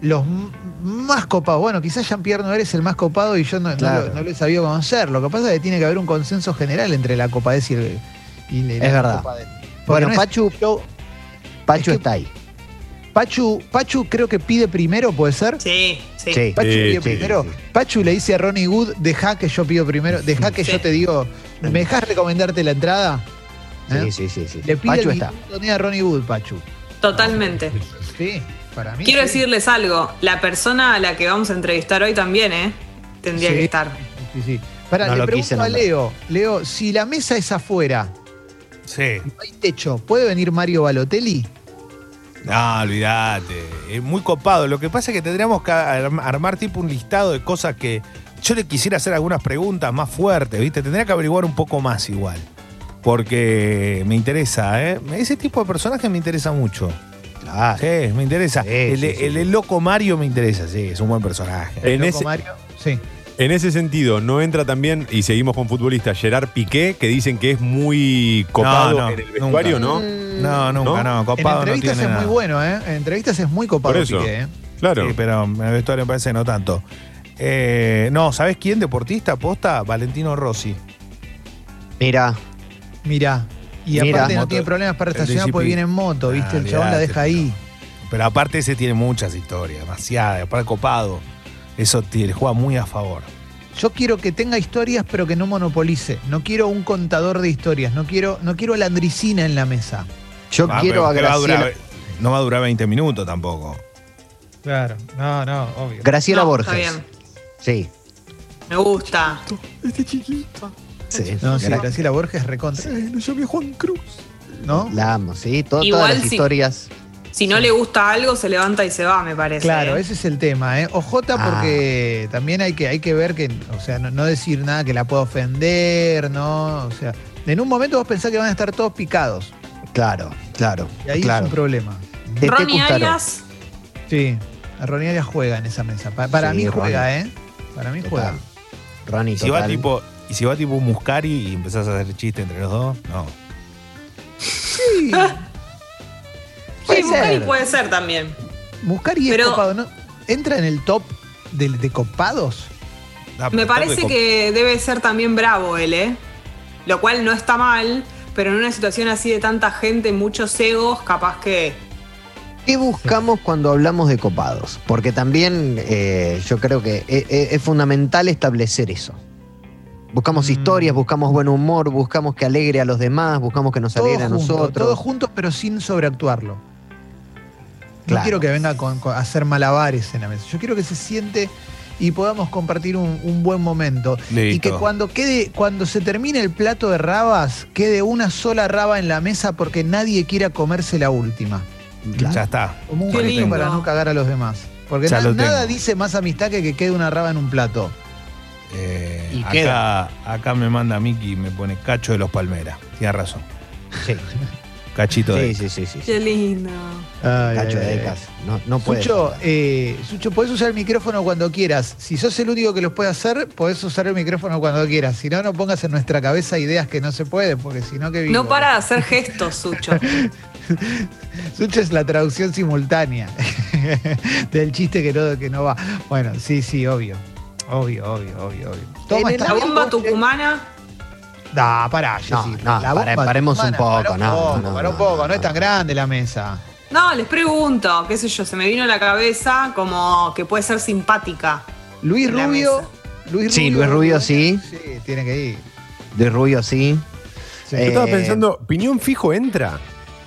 Speaker 2: los m- más copados. Bueno, quizás Jean-Pierre no eres el más copado y yo no, no
Speaker 5: Claro.
Speaker 2: lo, no lo he sabido conocer. Lo que pasa es que tiene que haber un consenso general entre la copadez y el. y la- la
Speaker 5: verdad.
Speaker 2: copadez. Porque
Speaker 5: Bueno,
Speaker 2: no es-
Speaker 5: Pachu, Pachu
Speaker 2: es que-
Speaker 5: está ahí.
Speaker 2: Pachu, Pachu creo que pide primero, ¿puede ser?
Speaker 3: Sí, sí.
Speaker 5: Sí.
Speaker 2: Pachu
Speaker 1: Sí,
Speaker 2: pide
Speaker 1: sí,
Speaker 2: primero.
Speaker 5: sí.
Speaker 2: Pachu le dice a Ronnie Good, deja que yo pido primero, deja que
Speaker 3: Sí.
Speaker 2: yo te digo, ¿me dejas recomendarte la entrada? ¿Eh?
Speaker 5: Sí, sí, sí, sí.
Speaker 2: Le pide
Speaker 5: Pachu
Speaker 2: el
Speaker 5: está.
Speaker 2: minuto a Ronnie Wood, Pachu.
Speaker 3: Totalmente.
Speaker 2: Sí, para mí.
Speaker 3: Quiero
Speaker 2: sí.
Speaker 3: decirles algo. La persona a la que vamos a entrevistar hoy también, ¿eh? Tendría
Speaker 2: Sí.
Speaker 3: que estar.
Speaker 2: Sí, sí. Pará,
Speaker 5: No
Speaker 2: le
Speaker 5: lo quise
Speaker 2: pregunto a
Speaker 5: nombrar.
Speaker 2: Leo. Leo, si la mesa es afuera,
Speaker 4: Sí.
Speaker 2: no hay techo, ¿puede venir Mario Balotelli?
Speaker 4: No, olvídate. Es muy copado. Lo que pasa es que tendríamos que arm- armar tipo un listado de cosas que. Yo le quisiera hacer algunas preguntas más fuertes, ¿viste? Tendría que averiguar un poco más igual. Porque me interesa, ¿eh? Ese tipo de personaje me interesa mucho.
Speaker 5: Claro.
Speaker 4: Sí, me interesa.
Speaker 5: Sí,
Speaker 4: el,
Speaker 5: sí, sí,
Speaker 4: el-
Speaker 5: sí.
Speaker 4: el loco Mario me interesa, sí, es un buen personaje.
Speaker 1: Eh, En
Speaker 2: Loco
Speaker 1: ese-
Speaker 2: Mario. Sí.
Speaker 1: En ese sentido, no entra también, y seguimos con futbolistas, Gerard Piqué, que dicen que es muy copado
Speaker 4: No, no,
Speaker 1: en el vestuario,
Speaker 5: nunca.
Speaker 3: Mm.
Speaker 1: ¿no?
Speaker 4: No, nunca, no. Copado
Speaker 2: en
Speaker 4: no
Speaker 2: entrevistas
Speaker 4: tiene
Speaker 2: es
Speaker 4: nada.
Speaker 2: muy bueno, ¿eh? En entrevistas es muy copado
Speaker 1: Por eso.
Speaker 2: Piqué, ¿eh?
Speaker 1: Claro.
Speaker 4: Sí, pero en el vestuario me parece que no tanto. Eh, no, ¿sabes quién? Deportista, posta, Valentino Rossi.
Speaker 5: Mira,
Speaker 2: Mirá. Y
Speaker 5: Mirá.
Speaker 2: aparte no
Speaker 4: Moto-
Speaker 2: tiene problemas para
Speaker 4: el
Speaker 2: estacionar
Speaker 4: DGP.
Speaker 2: porque viene en moto, ¿viste?
Speaker 4: Ah,
Speaker 2: el chabón la
Speaker 4: olvidate,
Speaker 2: deja ahí.
Speaker 4: Pero aparte ese tiene muchas historias, demasiadas, para copado. Eso tiene, juega muy a favor.
Speaker 2: Yo quiero que tenga historias, pero que no monopolice. No quiero un contador de historias. No quiero, no quiero a la andricina en la mesa.
Speaker 5: yo
Speaker 4: Ah,
Speaker 5: quiero
Speaker 4: pero
Speaker 5: a
Speaker 4: que va a
Speaker 5: Graciela,
Speaker 4: durar- no va a durar 20 minutos tampoco.
Speaker 2: Claro. No, no, obvio.
Speaker 5: Graciela
Speaker 3: No,
Speaker 5: Borges.
Speaker 3: Está bien.
Speaker 5: Sí,
Speaker 3: Me gusta.
Speaker 1: Este chiquito.
Speaker 5: sí.
Speaker 2: No, sí,
Speaker 5: Gra-
Speaker 2: Graciela Borges recontra.
Speaker 1: Lo llamé Juan Cruz.
Speaker 2: ¿No?
Speaker 5: La amo, sí. to-
Speaker 3: Igual
Speaker 5: todas las
Speaker 3: sí.
Speaker 5: historias.
Speaker 3: Si no le gusta algo, se levanta y se va, me parece.
Speaker 2: Claro,
Speaker 3: ¿eh?
Speaker 2: ese es el tema, ¿eh? Ojota,
Speaker 5: Ah.
Speaker 2: porque también hay que, hay que ver que, o sea, no, no decir nada que la pueda ofender, ¿no? O sea, en un momento vos pensás que van a estar todos picados.
Speaker 5: Claro, claro.
Speaker 2: Y ahí
Speaker 5: claro.
Speaker 2: es un problema.
Speaker 5: ¿De qué
Speaker 3: Ronnie
Speaker 5: gustaron?
Speaker 3: Arias,
Speaker 2: Sí. La Roniaria juega en esa mesa. Pa- para
Speaker 5: Sí,
Speaker 2: mí juega,
Speaker 5: Ronnie.
Speaker 2: ¿eh? Para mí juega.
Speaker 5: Total. Ronnie,
Speaker 4: Y si va
Speaker 5: total.
Speaker 4: tipo, y si va tipo un Muscari y empezás a hacer chiste entre los dos, no.
Speaker 2: Sí.
Speaker 5: Puede
Speaker 3: sí, Muscari
Speaker 5: ser.
Speaker 3: puede ser también.
Speaker 2: Muscari es
Speaker 3: Pero-
Speaker 2: copado, ¿no? ¿Entra en el top de, de copados?
Speaker 4: Ah,
Speaker 3: Me
Speaker 4: pero
Speaker 3: parece
Speaker 4: tengo
Speaker 3: que debe ser también bravo él, ¿eh? Lo cual no está mal, pero en una situación así de tanta gente, muchos egos, capaz que.
Speaker 5: ¿Qué buscamos cuando hablamos de copados? Porque también eh, yo creo que e- e- es, fundamental establecer eso. Buscamos
Speaker 2: Mm.
Speaker 5: historias, buscamos buen humor, buscamos que alegre a los demás, buscamos que nos alegre a
Speaker 2: Todos juntos,
Speaker 5: nosotros.
Speaker 2: todos juntos, pero sin sobreactuarlo. No
Speaker 5: Claro.
Speaker 2: quiero que venga con- con- a hacer malabares en la mesa. Yo quiero que se siente y podamos compartir un, un buen momento. Y
Speaker 4: Listo.
Speaker 2: que cuando quede, cuando se termine el plato de rabas, quede una sola raba en la mesa porque nadie quiera comerse la última.
Speaker 5: Claro.
Speaker 4: Ya está.
Speaker 2: Como un
Speaker 3: Qué
Speaker 2: gesto
Speaker 3: lindo.
Speaker 2: para no cagar a los demás. Porque
Speaker 4: Ya
Speaker 2: na-
Speaker 4: lo tengo.
Speaker 2: nada dice más amistad que que quede una raba en un plato.
Speaker 4: Eh,
Speaker 5: Y
Speaker 4: acá,
Speaker 5: queda.
Speaker 4: acá me manda Miki y me pone Cacho de los Palmeras. Tienes razón.
Speaker 5: Sí.
Speaker 4: Cachito de.
Speaker 5: Sí, sí, sí, sí.
Speaker 3: Qué lindo.
Speaker 5: Cacho de Decas. No, no puede.
Speaker 2: Eh, Sucho, eh, Sucho, podés usar el micrófono cuando quieras. Si sos el único que los puede hacer, podés usar el micrófono cuando quieras. Si no, no pongas en nuestra cabeza ideas que no se pueden, porque si no, que
Speaker 3: No para de hacer gestos, Sucho.
Speaker 2: Sucho es la traducción simultánea del chiste que no, que no va. Bueno, sí, sí, obvio. Obvio, obvio, obvio, obvio. Toma,
Speaker 5: En
Speaker 2: está
Speaker 3: La
Speaker 2: bien,
Speaker 3: bomba
Speaker 2: vos-
Speaker 3: tucumana.
Speaker 2: No, pará,
Speaker 5: No,
Speaker 2: Jessy.
Speaker 5: no,
Speaker 2: La bomba
Speaker 5: pare- paremos un
Speaker 2: tucumana,
Speaker 5: poco,
Speaker 2: pará un
Speaker 5: no,
Speaker 2: poco,
Speaker 5: no,
Speaker 2: pará un
Speaker 5: no,
Speaker 2: poco,
Speaker 5: no,
Speaker 2: no es tan
Speaker 5: no.
Speaker 2: grande la mesa.
Speaker 3: No, les pregunto, qué sé yo, se me vino a la cabeza como que puede ser simpática.
Speaker 2: Luis
Speaker 3: En la
Speaker 2: Rubio.
Speaker 3: mesa.
Speaker 2: Luis
Speaker 5: Sí, Luis Rubio, sí. Eh,
Speaker 2: Sí, tiene que ir.
Speaker 5: De Rubio, sí.
Speaker 2: Sí.
Speaker 1: Yo
Speaker 5: Eh,
Speaker 1: estaba pensando, ¿Piñón Fijo entra?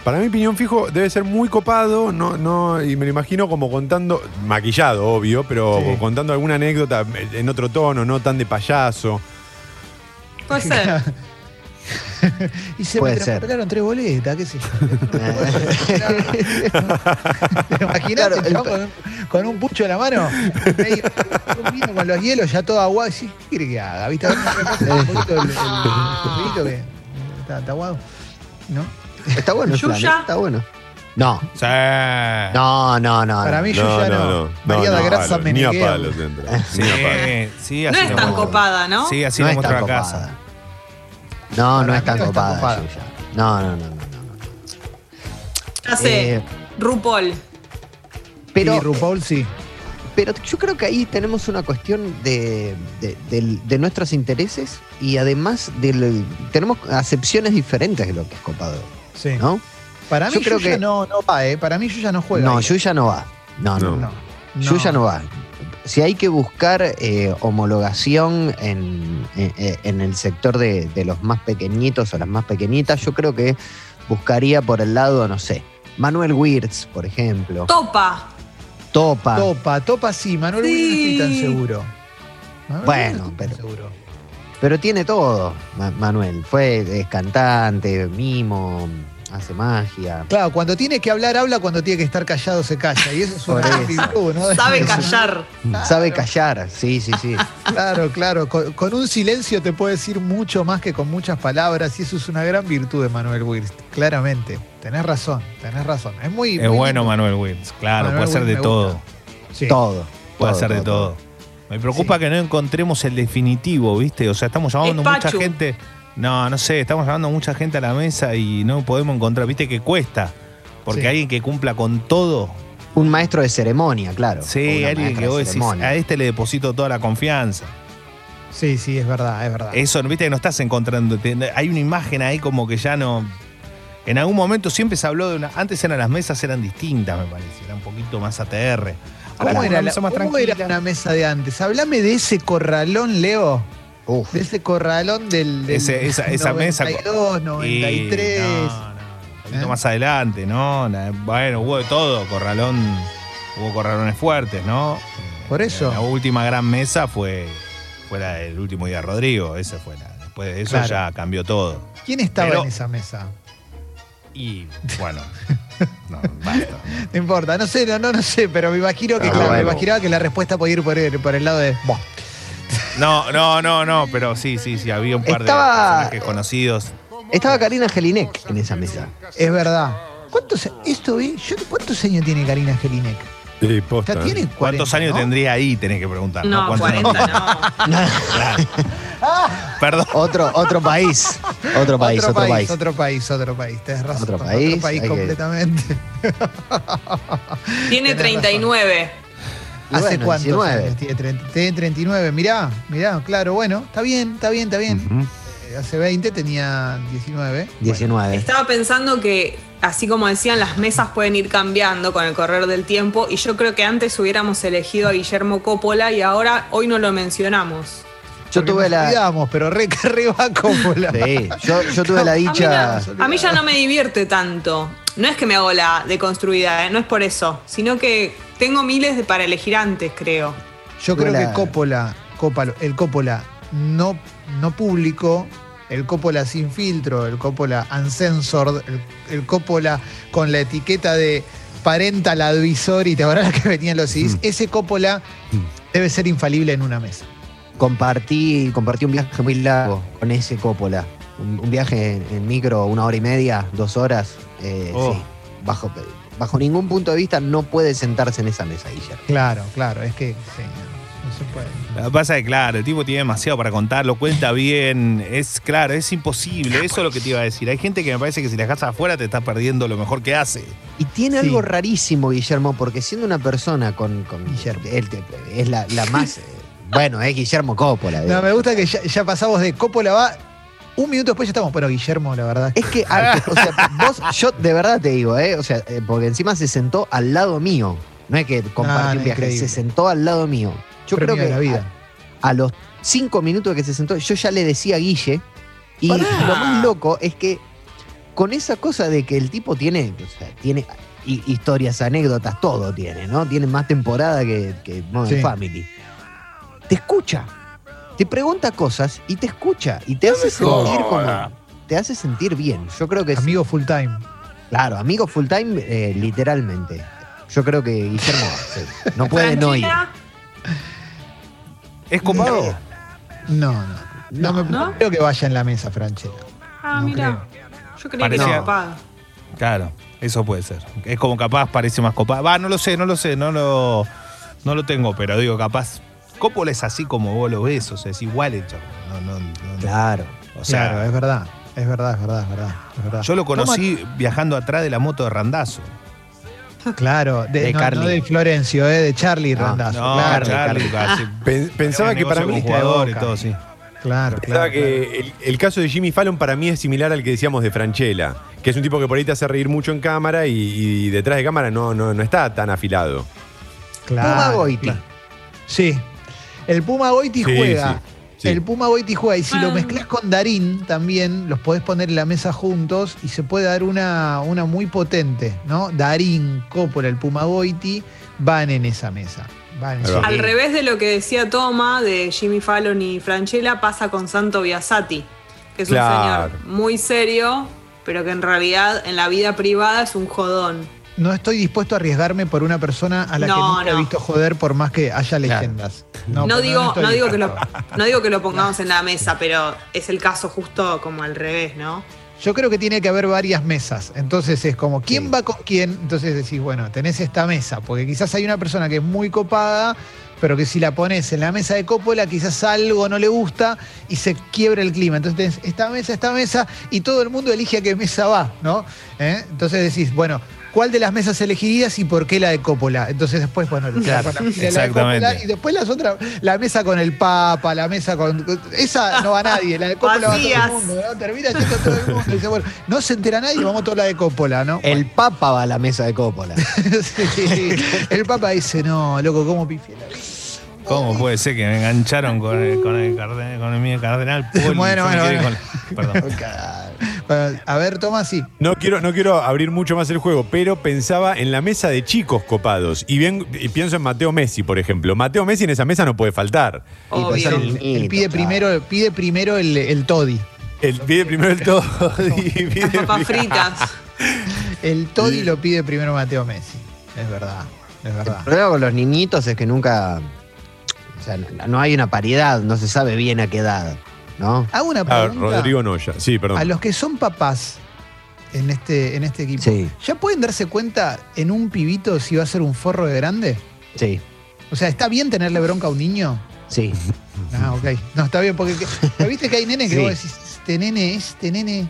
Speaker 1: Para mí Piñón Fijo debe ser muy copado, no, no, y me lo imagino como contando, maquillado, obvio, pero
Speaker 2: Sí.
Speaker 1: contando alguna anécdota en otro tono, no tan de payaso.
Speaker 3: Puede ser.
Speaker 2: Y se
Speaker 5: Puede
Speaker 2: me
Speaker 5: ser.
Speaker 2: transportaron tres boletas, qué sé
Speaker 5: Eh,
Speaker 2: yo. ¿Te imaginas
Speaker 5: Claro, el-
Speaker 2: con, un- con un pucho en la mano? Medio- un vino con los hielos ya todo aguado. y decís, ¿Qué quiere que haga? ¿Viste? A ver, un poquito el- el- el juguito que está, está aguado. ¿No?
Speaker 5: Está bueno el plan,
Speaker 3: Yuya.
Speaker 5: ¿eh? Está bueno. No,
Speaker 4: Sí.
Speaker 5: no, no, no.
Speaker 2: Para
Speaker 5: no.
Speaker 2: mí, yo ya no. María da Graza
Speaker 1: palos, Ni a
Speaker 2: Meneghel.
Speaker 1: palos entra.
Speaker 4: Sí,
Speaker 1: Ni a palos.
Speaker 4: sí,
Speaker 3: No
Speaker 4: así
Speaker 3: es
Speaker 4: lo
Speaker 3: tan
Speaker 5: vamos.
Speaker 4: muestro.
Speaker 3: copada, ¿no?
Speaker 4: Sí, así
Speaker 5: no
Speaker 4: lo
Speaker 5: es
Speaker 4: muestro
Speaker 5: tan
Speaker 4: a
Speaker 5: copada.
Speaker 4: casa.
Speaker 5: No, no
Speaker 2: Para
Speaker 5: es tan
Speaker 2: mí no es tan
Speaker 5: copada.
Speaker 2: copada.
Speaker 5: Yuya. No, no, no, no, no. no.
Speaker 3: Ya sé,
Speaker 5: Eh,
Speaker 3: RuPaul.
Speaker 5: pero
Speaker 2: y RuPaul sí.
Speaker 5: Pero yo creo que ahí tenemos una cuestión de, de- del- de nuestros intereses y además del- tenemos acepciones diferentes de lo que es copado,
Speaker 2: sí.
Speaker 5: ¿no?
Speaker 2: Para mí,
Speaker 5: Yo creo
Speaker 2: Yuya
Speaker 5: que-
Speaker 2: no, no va, ¿eh? Para mí, Yuya no juega.
Speaker 5: no,
Speaker 2: ahí.
Speaker 5: Yuya no va. No, no,
Speaker 1: No.
Speaker 5: no.
Speaker 2: No.
Speaker 5: Yuya no va. Si hay que buscar eh, homologación en, eh, eh, en el sector de, de los más pequeñitos o las más pequeñitas, yo creo que buscaría por el lado, no sé, Manuel Wirtz, por ejemplo,
Speaker 3: Topa.
Speaker 5: Topa.
Speaker 2: Topa, topa sí, Manuel
Speaker 3: Sí.
Speaker 2: Williams no estoy tan seguro. Manuel
Speaker 5: Bueno,
Speaker 2: Williams no estoy tan
Speaker 5: pero-
Speaker 2: seguro.
Speaker 5: Pero tiene todo, Ma- Manuel. Fue es cantante, mimo, hace magia.
Speaker 2: Claro, cuando tiene que hablar, habla, cuando tiene que estar callado, se calla. Y eso es una
Speaker 5: Por eso.
Speaker 2: actitud, ¿no?
Speaker 3: Sabe
Speaker 2: Es una-
Speaker 3: callar.
Speaker 5: Sabe callar, sí, sí, sí.
Speaker 2: Claro, claro. Con, con un silencio te puede decir mucho más que con muchas palabras. Y eso es una gran virtud de Manuel Wirst, claramente. Tenés razón, tenés razón. Es muy.
Speaker 4: Es
Speaker 2: muy
Speaker 4: bueno
Speaker 2: lindo.
Speaker 4: Manuel Wills, claro,
Speaker 2: Manuel
Speaker 4: puede ser de
Speaker 2: Wills me
Speaker 4: todo.
Speaker 2: gusta. Sí.
Speaker 5: Todo.
Speaker 4: Puede
Speaker 5: todo,
Speaker 4: ser de todo. Me preocupa
Speaker 2: Sí.
Speaker 4: que no encontremos el definitivo, ¿viste? O sea, estamos llamando a
Speaker 3: Es
Speaker 4: mucha
Speaker 3: Pachu.
Speaker 4: gente. No, no sé, estamos llamando a mucha gente a la mesa y no podemos encontrar, viste que cuesta. Porque
Speaker 2: Sí.
Speaker 4: alguien que cumpla con todo.
Speaker 5: Un maestro de ceremonia, claro. o
Speaker 4: Sí,
Speaker 5: una
Speaker 4: alguien
Speaker 5: maestra
Speaker 4: que
Speaker 5: de
Speaker 4: vos decís,
Speaker 5: ceremonia.
Speaker 4: a este le deposito toda la confianza.
Speaker 2: Sí, sí, es verdad, es verdad.
Speaker 4: Eso, viste que no estás encontrando. te- Hay una imagen ahí como que ya no. En algún momento siempre se habló de una. Antes eran las mesas, eran distintas, me parece. Era un poquito más ATR.
Speaker 2: ¿Cómo,
Speaker 4: Ahora es
Speaker 2: era
Speaker 4: una
Speaker 2: la,
Speaker 4: mesa más
Speaker 2: cómo
Speaker 4: tranquila.
Speaker 2: era una mesa de antes? Hablame de ese corralón, Leo.
Speaker 5: Uf,
Speaker 2: De ese corralón del, del
Speaker 4: Ese- esa- esa mesa con-
Speaker 2: 92,
Speaker 4: Y-
Speaker 2: 93.
Speaker 4: no, no, un poquito
Speaker 2: ¿Eh?
Speaker 4: más adelante, ¿no? La- Bueno, hubo de todo, corralón, hubo corralones fuertes, ¿no? Eh,
Speaker 2: Por eso.
Speaker 4: La última gran mesa fue, fue la del último día de Rodrigo, esa fue la. Después de eso
Speaker 2: Claro.
Speaker 4: ya cambió todo.
Speaker 2: ¿Quién estaba
Speaker 4: Pero-
Speaker 2: en esa mesa?
Speaker 4: Y bueno, no, basta.
Speaker 2: No importa, no sé, no, no, no sé, pero me imagino que,
Speaker 5: Ah,
Speaker 2: claro, me
Speaker 5: bueno.
Speaker 2: imaginaba que la respuesta podía ir por el, por el lado de. "Buah".
Speaker 4: No, no, no, no, pero sí, sí, sí, había un par
Speaker 5: Estaba-
Speaker 4: de personajes conocidos.
Speaker 5: estaba Karina Jelinek en esa mesa.
Speaker 2: Es verdad. ¿Cuántos, esto vi, yo- ¿Cuántos años tiene Karina Jelinek?
Speaker 1: Eh, posta,
Speaker 2: Ya tiene 40,
Speaker 4: ¿Cuántos años
Speaker 2: ¿no?
Speaker 4: tendría ahí? Tenés que preguntar.
Speaker 3: No,
Speaker 4: ¿Cuántos
Speaker 3: 40 no.
Speaker 4: Claro. Perdón.
Speaker 5: Otro, otro país. Otro país, otro, país.
Speaker 2: Otro país, otro país. Tenés razón.
Speaker 5: Otro país,
Speaker 2: Otro país
Speaker 5: hay que-
Speaker 2: completamente.
Speaker 3: Tiene
Speaker 2: Tenés
Speaker 3: 39.
Speaker 5: Y
Speaker 2: ¿Hace
Speaker 5: bueno,
Speaker 2: cuántos
Speaker 5: 19.
Speaker 2: años tiene? Treinta- Tiene 39. Mirá, mirá, claro, bueno, está bien, está bien, está bien.
Speaker 1: Ujú.
Speaker 2: Eh, Hace 20 tenía 19.
Speaker 5: 19.
Speaker 3: Estaba pensando que, así como decían, las mesas pueden ir cambiando con el correr del tiempo y yo creo que antes hubiéramos elegido a Guillermo Coppola y ahora hoy no lo mencionamos.
Speaker 5: yo
Speaker 2: Porque
Speaker 5: tuve
Speaker 2: nos
Speaker 5: la.
Speaker 2: olvidamos, pero re, re va como la-
Speaker 5: Sí, yo, yo tuve la
Speaker 3: A
Speaker 5: dicha.
Speaker 3: mí, no- a mí ya no me divierte tanto. No es que me hago la deconstruida, ¿eh? no es por eso, sino que tengo miles de para elegir antes, creo.
Speaker 2: Yo creo
Speaker 5: Hola.
Speaker 2: que Coppola, Coppola- el Coppola no, no público, el Coppola sin filtro, el Coppola uncensored, el, el Coppola con la etiqueta de parental advisory, te habrá la que venían los
Speaker 5: Mm.
Speaker 2: CDs, ese Coppola debe ser infalible en una mesa.
Speaker 5: Compartí, compartí un viaje muy largo con ese Coppola. Un, un viaje en, en micro, una hora y media, dos horas. eh,
Speaker 4: Oh.
Speaker 5: sí. bajo, bajo ningún punto de vista no puede sentarse en esa mesa, Guillermo.
Speaker 2: Claro, claro, es que sí, no, no se puede.
Speaker 4: Lo que pasa es que, claro, el tipo tiene demasiado para contar, lo cuenta bien, es claro, es imposible, eso es lo que te iba a decir. Hay gente que me parece que si la casa afuera te estás perdiendo lo mejor que hace.
Speaker 5: Y tiene
Speaker 2: Sí.
Speaker 5: algo rarísimo, Guillermo, porque siendo una persona con. con
Speaker 2: Guillermo.
Speaker 5: él te- es la, la más. eh, bueno, es Guillermo Coppola.
Speaker 2: No,
Speaker 5: eh.
Speaker 2: me gusta que ya, ya pasamos de Coppola va, un minuto después ya estamos, bueno, Guillermo, la verdad.
Speaker 5: Es que, ah, que- o sea, vos, yo de verdad te digo, ¿eh? O sea, eh, porque encima se sentó al lado mío. No es que compartí
Speaker 2: no,
Speaker 5: un viaje,
Speaker 2: increíble.
Speaker 5: se sentó al lado mío. Yo
Speaker 2: Premio
Speaker 5: creo que
Speaker 2: de la vida.
Speaker 5: A, a los cinco minutos que se sentó, yo ya le decía a Guille. Y lo más loco es que con esa cosa de que el tipo tiene, o sea, tiene hi- historias, anécdotas, todo tiene, ¿no? Tiene más temporada que, que Modern
Speaker 2: Sí.
Speaker 5: Family. Te escucha, te pregunta cosas y te escucha y te hace sentir como, te hace sentir bien. Yo creo que es-
Speaker 2: Amigo full time.
Speaker 5: claro, amigo full time, eh, literalmente. Yo creo que Guillermo sí, no puede no ir.
Speaker 3: Tranquila,
Speaker 4: ¿Es copado?
Speaker 2: No, no. No, me,
Speaker 3: ¿No?
Speaker 2: creo que vaya en la mesa, Franchella.
Speaker 3: Ah,
Speaker 2: No
Speaker 3: mira. Yo creía que
Speaker 4: Parecía-
Speaker 3: era copado.
Speaker 4: Claro, eso puede ser. Es como capaz parece más copado. Va, no lo sé, no lo sé, no lo, no lo tengo, pero digo, capaz. Coppola es así como vos lo ves, o sea, es igual el chabón. No, no, no, no.
Speaker 5: Claro.
Speaker 4: O sea,
Speaker 2: claro, es verdad. Es verdad, es verdad, es verdad. es verdad.
Speaker 4: yo lo conocí viajando atrás de la moto de Randazo.
Speaker 2: Toma- claro, de,
Speaker 5: De
Speaker 2: no, no
Speaker 5: Carly. Ah,
Speaker 2: de Florencio, eh, de Charlie
Speaker 5: No,
Speaker 2: Randazzo.
Speaker 4: No,
Speaker 2: claro, Ah.
Speaker 4: Charlie, casi.
Speaker 1: Pen- pensaba que para
Speaker 4: Negocio
Speaker 1: mí.
Speaker 4: con jugadores,
Speaker 2: Boca.
Speaker 4: todo, sí.
Speaker 2: claro,
Speaker 1: Pensaba
Speaker 2: claro,
Speaker 1: que el, el caso de Jimmy Fallon para mí es similar al que decíamos de Franchella, que es un tipo que por ahí te hace reír mucho en cámara y, y detrás de cámara no, no, no está tan afilado.
Speaker 2: claro,
Speaker 5: Puma Goiti.
Speaker 2: claro. Sí. El Puma Goiti
Speaker 1: Sí,
Speaker 2: juega.
Speaker 1: sí, sí.
Speaker 2: El Puma Goiti juega. Y si lo
Speaker 3: Ah.
Speaker 2: mezclas con Darín también, los podés poner en la mesa juntos y se puede dar una, una muy potente, ¿no? Darín, Coppola, el Puma Goiti van en esa mesa. Van en
Speaker 1: Ahí
Speaker 2: esa
Speaker 1: va.
Speaker 3: Al revés de lo que decía Toma de Jimmy Fallon y Franchella, pasa con Santo Biasati, que es
Speaker 1: Claro.
Speaker 3: un señor muy serio, pero que en realidad en la vida privada es un jodón.
Speaker 2: No estoy dispuesto a arriesgarme por una persona a la que
Speaker 3: No,
Speaker 2: nunca he
Speaker 3: no.
Speaker 2: visto joder por más que haya
Speaker 5: Claro.
Speaker 2: leyendas.
Speaker 3: No,
Speaker 2: pero
Speaker 3: digo,
Speaker 2: estoy
Speaker 3: no, digo que lo,
Speaker 2: dispuesto.
Speaker 3: no digo que lo pongamos en la mesa, pero es el caso justo como al revés, ¿no?
Speaker 2: Yo creo que tiene que haber varias mesas. Entonces es como, ¿quién
Speaker 5: Sí.
Speaker 2: va con quién? Entonces decís, bueno, tenés esta mesa, porque quizás hay una persona que es muy copada, pero que si la pones en la mesa de Coppola, quizás algo no le gusta y se quiebra el clima. Entonces tenés esta mesa, esta mesa, y todo el mundo elige a qué mesa va, ¿no? ¿Eh? Entonces decís, bueno, ¿cuál de las mesas elegirías y por qué la de Coppola? Entonces después, bueno,
Speaker 4: Claro,
Speaker 2: la- la- la de
Speaker 4: exactamente.
Speaker 2: Coppola, y después las otras, la mesa con el Papa, la mesa con. Esa no va a nadie, la de Coppola va a todo
Speaker 3: Vacías.
Speaker 2: el mundo, ¿no? Termina yendo todo el mundo. y dice, bueno, no se entera nadie, vamos a toda la de Coppola, ¿no?
Speaker 5: El Papa va a la mesa de Coppola.
Speaker 2: Sí. El Papa dice, no, loco, ¿cómo pifié la vida?".
Speaker 4: ¿Cómo puede ser que me engancharon con el, con el, carden- con el mío cardenal Poli?
Speaker 2: Bueno,
Speaker 4: Yo me
Speaker 2: bueno,
Speaker 4: quedé
Speaker 2: bueno.
Speaker 4: con- perdón.
Speaker 2: Bueno, a ver, toma sí.
Speaker 1: No quiero, no quiero abrir mucho más el juego, pero pensaba en la mesa de chicos copados. Y, bien, y pienso en Mateo Messi, por ejemplo. Mateo Messi en esa mesa no puede faltar.
Speaker 5: pues,
Speaker 3: Obvio.
Speaker 5: el-
Speaker 2: Él, él pide
Speaker 5: claro.
Speaker 2: primero, pide primero el, el toddy.
Speaker 1: Él pide primero el todo. y pide-
Speaker 3: Las papas fritas.
Speaker 2: El toddy lo pide primero Mateo Messi. Es verdad, es
Speaker 5: El
Speaker 2: verdad.
Speaker 5: problema con los niñitos es que nunca. O sea, no, no hay una paridad, no se sabe bien a qué edad, ¿no?
Speaker 2: Hago una
Speaker 1: Ah,
Speaker 2: pregunta.
Speaker 1: Rodrigo Noya. Sí,
Speaker 2: a
Speaker 1: perdón.
Speaker 2: los que son papás en este, en este equipo,
Speaker 5: Sí.
Speaker 2: ¿ya pueden darse cuenta en un pibito si va a ser un forro de grande?
Speaker 5: Sí,
Speaker 2: O sea, ¿está bien tenerle bronca a un niño?
Speaker 5: sí.
Speaker 2: Ah, ok. No, está bien, porque que- pero viste que hay nenes que
Speaker 5: Sí.
Speaker 2: vos decís, este nene, este nene,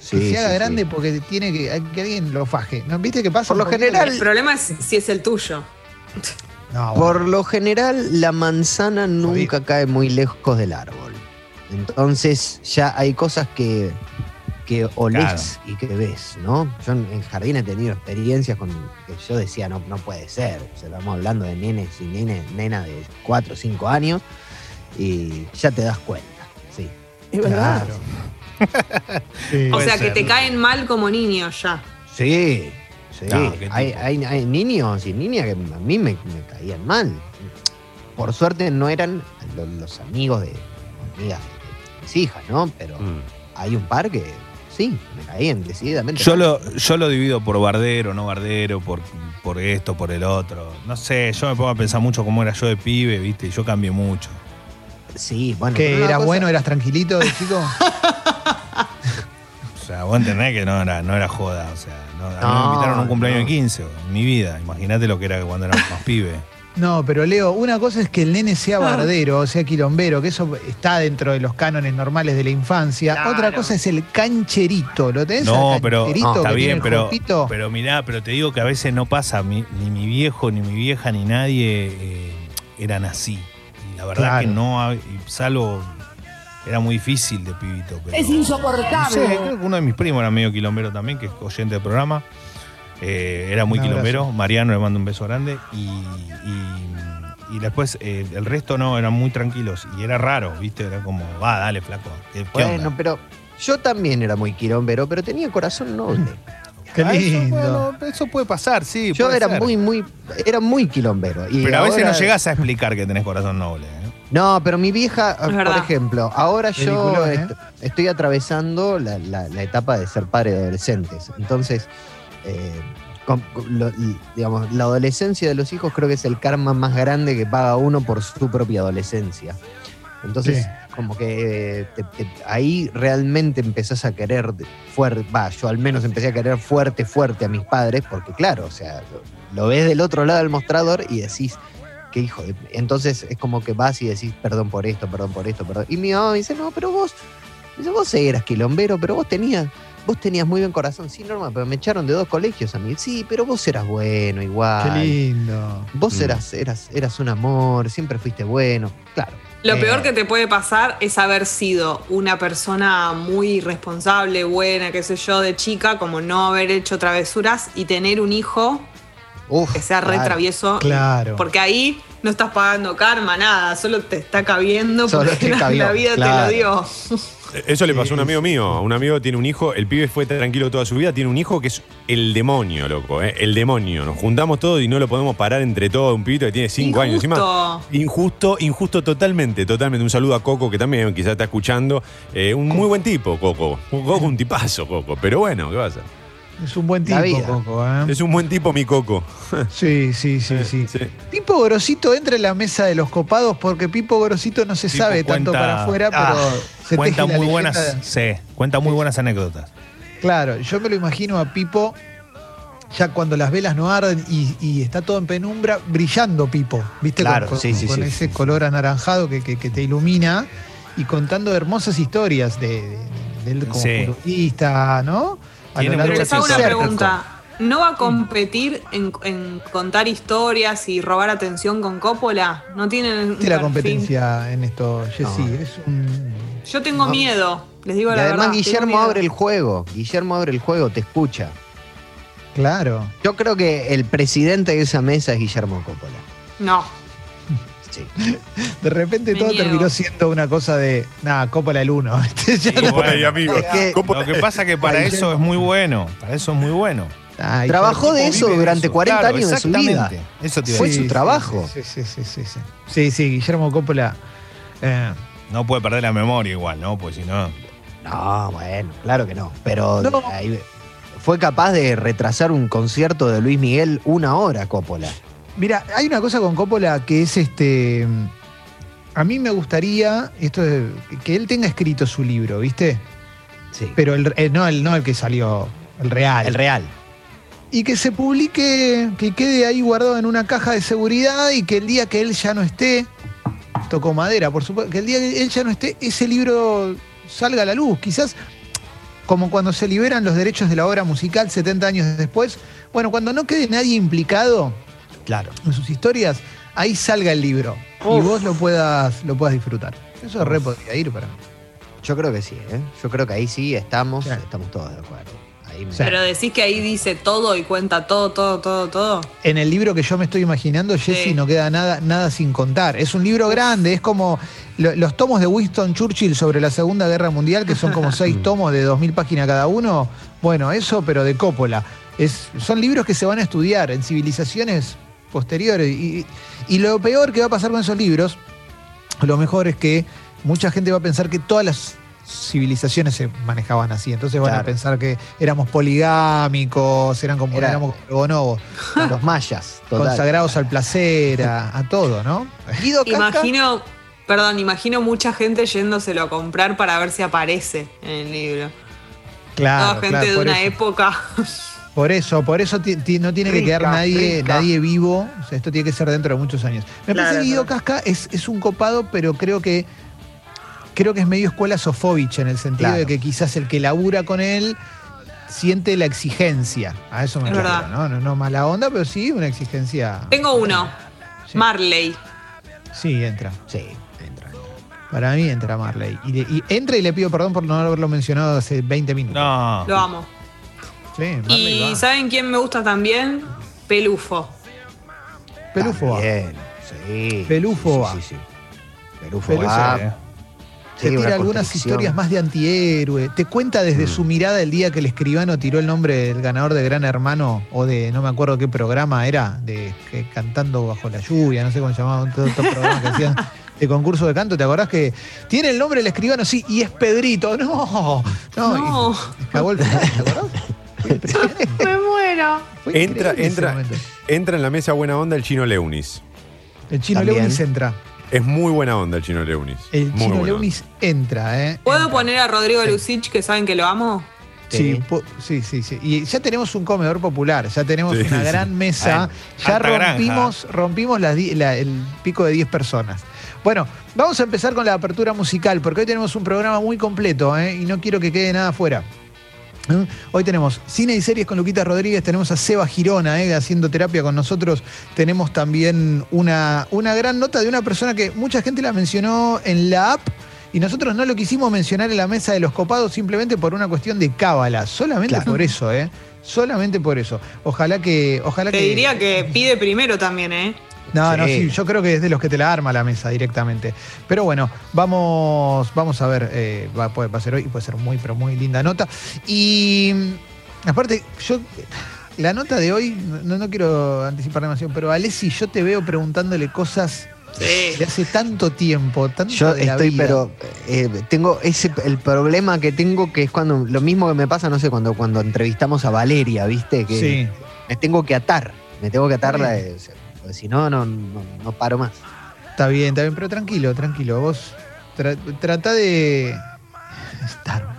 Speaker 5: sí,
Speaker 2: que se haga
Speaker 5: sí,
Speaker 2: grande
Speaker 5: sí.
Speaker 2: porque tiene que, hay que alguien lo faje. ¿No? ¿Viste que pasa?
Speaker 5: Por lo
Speaker 2: un poquito
Speaker 5: general-
Speaker 2: que-
Speaker 3: El problema es si es el tuyo.
Speaker 2: No, bueno.
Speaker 5: Por lo general, la manzana nunca cae muy lejos del árbol. Entonces, ya hay cosas que, que olés y que ves, ¿no? Yo en en jardín he tenido experiencias con que yo decía, no, no puede ser. O sea, estamos hablando de nenes y nenes, nena de 4 o 5 años y ya te das cuenta, sí. Es verdad.
Speaker 2: Claro.
Speaker 3: O
Speaker 4: Puede
Speaker 3: sea, que
Speaker 4: ser.
Speaker 3: te caen mal como niños ya.
Speaker 5: Sí, sí.
Speaker 4: No, qué
Speaker 5: hay,
Speaker 4: tipo.
Speaker 5: hay- hay niños y niñas que a mí me, me caían mal. Por suerte no eran lo- los, amigos de amigas de mis hijas, ¿no? Pero
Speaker 1: Mm.
Speaker 5: hay un par que sí, me caían decididamente.
Speaker 4: Yo lo, yo lo divido por bardero, no bardero, por, por esto, por el otro. No sé, yo me pongo a pensar mucho cómo era yo de pibe, ¿viste? Y Yo cambié mucho.
Speaker 5: Sí, bueno. pero
Speaker 2: Que
Speaker 5: una
Speaker 2: eras
Speaker 5: cosa-
Speaker 2: bueno, eras tranquilito, de chico.
Speaker 4: O sea, vos entendés que no era, no era joda. O sea, no, a mí me
Speaker 5: No,
Speaker 4: invitaron a un cumpleaños
Speaker 5: no.
Speaker 4: de 15 en mi vida. Imagínate lo que era cuando era más pibe.
Speaker 2: No, pero Leo, una cosa es que el nene sea bardero, o sea, quilombero, que eso está dentro de los cánones normales de la infancia.
Speaker 3: Claro.
Speaker 2: Otra cosa es el cancherito. ¿Lo tenés?
Speaker 4: No,
Speaker 2: al
Speaker 4: pero
Speaker 2: cancherito
Speaker 4: está
Speaker 2: que tiene
Speaker 4: bien,
Speaker 2: el
Speaker 4: pero,
Speaker 2: jopito?
Speaker 4: pero mirá, pero te digo que a veces no pasa, mi- ni mi viejo, ni mi vieja, ni nadie eh, eran así. Y la verdad
Speaker 2: Claro.
Speaker 4: que no, hab- y salvo, era muy difícil de pibito. pero-
Speaker 6: Es
Speaker 4: No sé,
Speaker 6: insoportable.
Speaker 4: creo que uno de mis primos era medio quilombero también, que es oyente del programa. Eh, era muy
Speaker 2: Un abrazo.
Speaker 4: quilombero. Mariano le mando un beso grande. Y, y- y después eh, el resto no, eran muy tranquilos. Y era raro, ¿viste? Era como, va, dale, flaco. ¿Qué, qué onda?".
Speaker 5: Bueno, pero yo también era muy quirombero, pero tenía corazón noble.
Speaker 2: Qué
Speaker 4: Ah, eso,
Speaker 2: lindo.
Speaker 4: bueno, eso puede pasar, sí.
Speaker 5: Yo
Speaker 4: puede
Speaker 5: era
Speaker 4: ser.
Speaker 5: muy, muy, era muy quilombero. Y
Speaker 4: Pero a veces
Speaker 5: ahora-
Speaker 4: no llegás a explicar que tenés corazón noble. ¿eh?
Speaker 5: No, pero mi vieja, por
Speaker 3: verdad.
Speaker 5: ejemplo, ahora yo
Speaker 2: Peliculón, ¿eh?
Speaker 5: est- estoy atravesando la, la- la etapa de ser padre de adolescentes. Entonces, eh, con- con lo- l- digamos, la adolescencia de los hijos creo que es el karma más grande que paga uno por su propia adolescencia. Entonces, como que eh, te- te- ahí realmente empezás a querer fuerte, va, yo al menos empecé a querer fuerte, fuerte a mis padres, porque claro, o sea, lo, lo ves del otro lado del mostrador y decís, qué hijo de... Entonces es como que vas y decís, perdón por esto, perdón por esto, perdón. Y mi mamá me dice, no, pero vos, me dice, vos eras quilombero, pero vos tenías, vos tenías muy buen corazón. Sí, Norma, pero me echaron de dos colegios a mí. Sí, pero vos eras bueno igual.
Speaker 2: Qué lindo.
Speaker 5: Vos
Speaker 1: Mm.
Speaker 5: eras, eras, eras un amor, siempre fuiste bueno. Claro.
Speaker 3: Lo
Speaker 5: Eh,
Speaker 3: peor que te puede pasar es haber sido una persona muy responsable, buena, qué sé yo, de chica, como no haber hecho travesuras y tener un hijo
Speaker 5: uf,
Speaker 3: que sea re
Speaker 5: claro.
Speaker 3: travieso.
Speaker 2: Claro.
Speaker 3: Porque ahí no estás pagando karma, nada, solo te está cabiendo
Speaker 5: Solo
Speaker 3: porque
Speaker 5: te
Speaker 3: la,
Speaker 5: cabió,
Speaker 3: la vida
Speaker 5: claro.
Speaker 3: te lo dio.
Speaker 1: Eso le pasó a un amigo mío. Un amigo tiene un hijo, el pibe fue tranquilo toda su vida, tiene un hijo que es el demonio, loco, ¿eh? el demonio. Nos juntamos todos y no lo podemos parar entre todos. Un pibito que tiene cinco años encima.
Speaker 3: Injusto.
Speaker 1: Injusto, injusto totalmente, totalmente. Un saludo a Coco, que también quizás está escuchando. Eh, un muy buen tipo, Coco. Un Coco, un tipazo, Coco. Pero bueno, ¿qué pasa?
Speaker 2: Es un buen
Speaker 5: La
Speaker 2: tipo,
Speaker 5: vida.
Speaker 2: Coco, ¿eh?
Speaker 1: Es un buen tipo, mi Coco.
Speaker 2: Sí, sí, sí, sí.
Speaker 1: Sí.
Speaker 2: Pipo Grosito entra en la mesa de los copados porque Pipo Grosito no se
Speaker 4: Tipo,
Speaker 2: sabe tanto
Speaker 4: cuenta-
Speaker 2: para afuera, pero
Speaker 4: Ah,
Speaker 2: se
Speaker 4: cuenta
Speaker 2: teje la
Speaker 4: muy
Speaker 2: leyenda
Speaker 4: buenas, sí, cuenta muy buenas anécdotas.
Speaker 2: Claro, yo me lo imagino a Pipo ya cuando las velas no arden y, y está todo en penumbra, brillando Pipo, ¿viste?
Speaker 5: Claro,
Speaker 2: con, con-
Speaker 5: sí, sí,
Speaker 2: con
Speaker 5: sí,
Speaker 2: ese
Speaker 5: sí, sí.
Speaker 2: color anaranjado que, que- que te ilumina y contando hermosas historias de, de- de él como
Speaker 4: Sí.
Speaker 2: futbolista, ¿no? A
Speaker 4: Tiene
Speaker 2: lo largo
Speaker 4: muchas
Speaker 2: de
Speaker 3: Les hago
Speaker 2: su
Speaker 3: una
Speaker 4: Cerco.
Speaker 2: ser.
Speaker 3: pregunta. ¿No va a competir en, en contar historias y robar atención con Coppola? ¿No tienen un
Speaker 2: Existe la
Speaker 3: perfil?
Speaker 2: competencia en esto, Jessy.
Speaker 5: No.
Speaker 2: Es un.
Speaker 3: Yo tengo
Speaker 5: No.
Speaker 3: miedo, les digo
Speaker 5: Y
Speaker 3: la
Speaker 5: además
Speaker 3: verdad. tengo
Speaker 5: Guillermo
Speaker 3: miedo.
Speaker 5: abre el juego. Guillermo abre el juego, te escucha.
Speaker 2: Claro.
Speaker 5: Yo creo que el presidente de esa mesa es Guillermo Coppola.
Speaker 3: No.
Speaker 5: Sí.
Speaker 2: De repente
Speaker 3: Me
Speaker 2: todo
Speaker 3: niego.
Speaker 2: terminó siendo una cosa de. Nada, Coppola el 1. ya no-
Speaker 1: Coppola y amigos.
Speaker 5: Es que-
Speaker 1: Coppola-
Speaker 4: Lo que pasa que para eso es muy bueno. Para eso es muy bueno.
Speaker 2: Ay,
Speaker 5: Trabajó
Speaker 2: pero
Speaker 5: de
Speaker 2: el tipo
Speaker 5: eso
Speaker 2: vive
Speaker 5: durante 40
Speaker 4: Claro,
Speaker 5: años de su vida.
Speaker 4: exactamente. Eso te iba a
Speaker 5: Fue
Speaker 4: decir.
Speaker 5: su trabajo.
Speaker 2: Sí, sí, sí, sí. Sí, sí, sí, Guillermo Coppola. eh,
Speaker 4: No puede perder la memoria igual, ¿no? Pues si no.
Speaker 5: No, bueno, claro que no. Pero
Speaker 2: No.
Speaker 5: ahí- fue capaz de retrasar un concierto de Luis Miguel una hora, Coppola.
Speaker 2: mira, hay una cosa con Coppola que es este. A mí me gustaría esto es, que él tenga escrito su libro, ¿viste?
Speaker 5: Sí.
Speaker 2: Pero el, eh, no, el, no el que salió, el real.
Speaker 5: El real.
Speaker 2: y que se publique, que quede ahí guardado en una caja de seguridad y que el día que él ya no esté, tocó madera, por supuesto, que el día que él ya no esté, ese libro salga a la luz. Quizás como cuando se liberan los derechos de la obra musical 70 años después, bueno, cuando no quede nadie implicado
Speaker 5: Claro.
Speaker 2: en sus historias, ahí salga el libro y
Speaker 3: Uf.
Speaker 2: vos lo puedas, lo puedas disfrutar. Eso re podría ir para mí.
Speaker 5: Yo creo que sí, ¿eh? Yo creo que ahí sí estamos,
Speaker 2: Claro.
Speaker 5: estamos todos de acuerdo. Ahí me-
Speaker 2: Sí.
Speaker 3: Pero decís que ahí dice todo y cuenta todo, todo, todo, todo.
Speaker 2: En el libro que yo me estoy imaginando, Jesse,
Speaker 3: Sí.
Speaker 2: no queda nada, nada sin contar. Es un libro grande, es como lo- los tomos de Winston Churchill sobre la Segunda Guerra Mundial, que son como
Speaker 5: Mm.
Speaker 2: seis tomos de 2.000 páginas cada uno. Bueno, eso, pero de Coppola. Es, son libros que se van a estudiar en civilizaciones posteriores. Y, y lo peor que va a pasar con esos libros, lo mejor es que mucha gente va a pensar que todas las civilizaciones se manejaban así. Entonces van a
Speaker 5: Claro.
Speaker 2: pensar que éramos poligámicos, eran como
Speaker 5: Era-
Speaker 2: éramos bonobos
Speaker 5: Los mayas, total.
Speaker 2: consagrados al placer, a, a todo, ¿no?
Speaker 5: Guido Casca,
Speaker 3: Imagino, perdón, imagino mucha gente yéndoselo a comprar para ver si aparece en el libro. Toda gente de
Speaker 2: por,
Speaker 3: una
Speaker 2: eso,
Speaker 3: época.
Speaker 2: por eso, por eso ti- ti- no tiene que
Speaker 3: Rica,
Speaker 2: quedar nadie,
Speaker 3: rica.
Speaker 2: nadie vivo. O sea, esto tiene que ser dentro de muchos años. Me
Speaker 3: Claro,
Speaker 2: parece que Guido
Speaker 3: claro.
Speaker 2: Casca es, es un copado, pero creo que creo que es medio escuela Sofovich en el sentido
Speaker 5: Claro.
Speaker 2: de que quizás el que labura con él siente la exigencia. A eso me
Speaker 3: Es
Speaker 2: refiero,
Speaker 3: verdad.
Speaker 2: ¿no? No, no mala onda, pero sí una exigencia.
Speaker 3: Tengo uno,
Speaker 2: Sí.
Speaker 3: Marley.
Speaker 2: Sí, entra.
Speaker 5: Sí, entra.
Speaker 2: Para mí entra Marley. Y, le- y entra y le pido perdón por no haberlo mencionado hace 20 minutos.
Speaker 4: No.
Speaker 3: Lo amo.
Speaker 2: Sí, Marley
Speaker 3: Y
Speaker 2: va.
Speaker 3: ¿saben quién me gusta también? Pelufo.
Speaker 2: Pelufo va.
Speaker 5: También, sí.
Speaker 2: Pelufo va.
Speaker 5: Sí, sí, sí. Pelufo,
Speaker 2: Pelufo
Speaker 5: va.
Speaker 4: Eh,
Speaker 5: Sí,
Speaker 2: Te
Speaker 5: una
Speaker 2: tira algunas
Speaker 5: constricción.
Speaker 2: historias más de antihéroe. Te cuenta desde
Speaker 5: Mm.
Speaker 2: su mirada el día que el escribano tiró el nombre del ganador de Gran Hermano o de no me acuerdo qué programa era, de que cantando bajo la lluvia, no sé cómo se llamaban todos estos programas que hacían de concurso de canto. ¿Te acordás que tiene el nombre del escribano? Sí, y es Pedrito. No, no.
Speaker 3: No.
Speaker 2: y- y cagó el final, ¿te acordás? Fue impresionante,
Speaker 3: Me muero.
Speaker 2: fue
Speaker 1: Entra,
Speaker 2: increíble ese
Speaker 1: entra,
Speaker 2: momento.
Speaker 1: entra en la mesa buena onda el chino Leunis.
Speaker 2: El chino
Speaker 5: También.
Speaker 2: Leunis entra.
Speaker 1: Es muy buena onda el chino Leunis.
Speaker 2: El
Speaker 1: Muy
Speaker 2: chino
Speaker 1: buena
Speaker 2: Leunis entra, ¿eh?
Speaker 3: ¿Puedo
Speaker 2: Entra.
Speaker 3: poner a Rodrigo
Speaker 2: Sí.
Speaker 3: Lucich, que saben que lo amo?
Speaker 5: Sí.
Speaker 2: Sí, po- sí, sí, sí. Y ya tenemos un comedor popular, ya tenemos
Speaker 1: Sí,
Speaker 2: una
Speaker 1: sí.
Speaker 2: gran mesa,
Speaker 4: Bueno,
Speaker 2: ya
Speaker 4: alta granja.
Speaker 2: rompimos, rompimos las di- la- el pico de 10 personas. Bueno, vamos a empezar con la apertura musical, porque hoy tenemos un programa muy completo ¿eh? y no quiero que quede nada fuera. ¿Mm? Hoy tenemos cine y series con Luquita Rodríguez, tenemos a Seba Girona ¿eh? haciendo terapia con nosotros, tenemos también una, una gran nota de una persona que mucha gente la mencionó en la app y nosotros no lo quisimos mencionar en la mesa de los copados simplemente por una cuestión de cábala, solamente
Speaker 5: Claro.
Speaker 2: por eso, ¿eh? Solamente por eso. Ojalá que... Ojalá
Speaker 3: Te
Speaker 2: que
Speaker 3: diría que pide primero también, ¿eh?
Speaker 2: no, no,
Speaker 5: Sí.
Speaker 2: sí, yo creo que es de los que te la arma la mesa directamente. Pero bueno, vamos, vamos a ver, eh, va, puede- va a ser hoy, y puede ser muy, pero muy linda nota. Y mm, aparte, yo, la nota de hoy, no, no quiero anticipar demasiado, pero Alessi, yo te veo preguntándole cosas de
Speaker 3: Sí.
Speaker 2: hace tanto tiempo, tanto
Speaker 5: Yo
Speaker 2: de la
Speaker 5: estoy,
Speaker 2: vida.
Speaker 5: pero eh, tengo ese el problema que tengo que es cuando lo mismo que me pasa, no sé, cuando cuando entrevistamos a Valeria, ¿viste? Que
Speaker 2: Sí.
Speaker 5: me tengo que atar, me tengo que atar la de- porque si no no, no no paro más.
Speaker 2: Está bien, está bien, pero tranquilo, tranquilo. Vos tra- trata de estar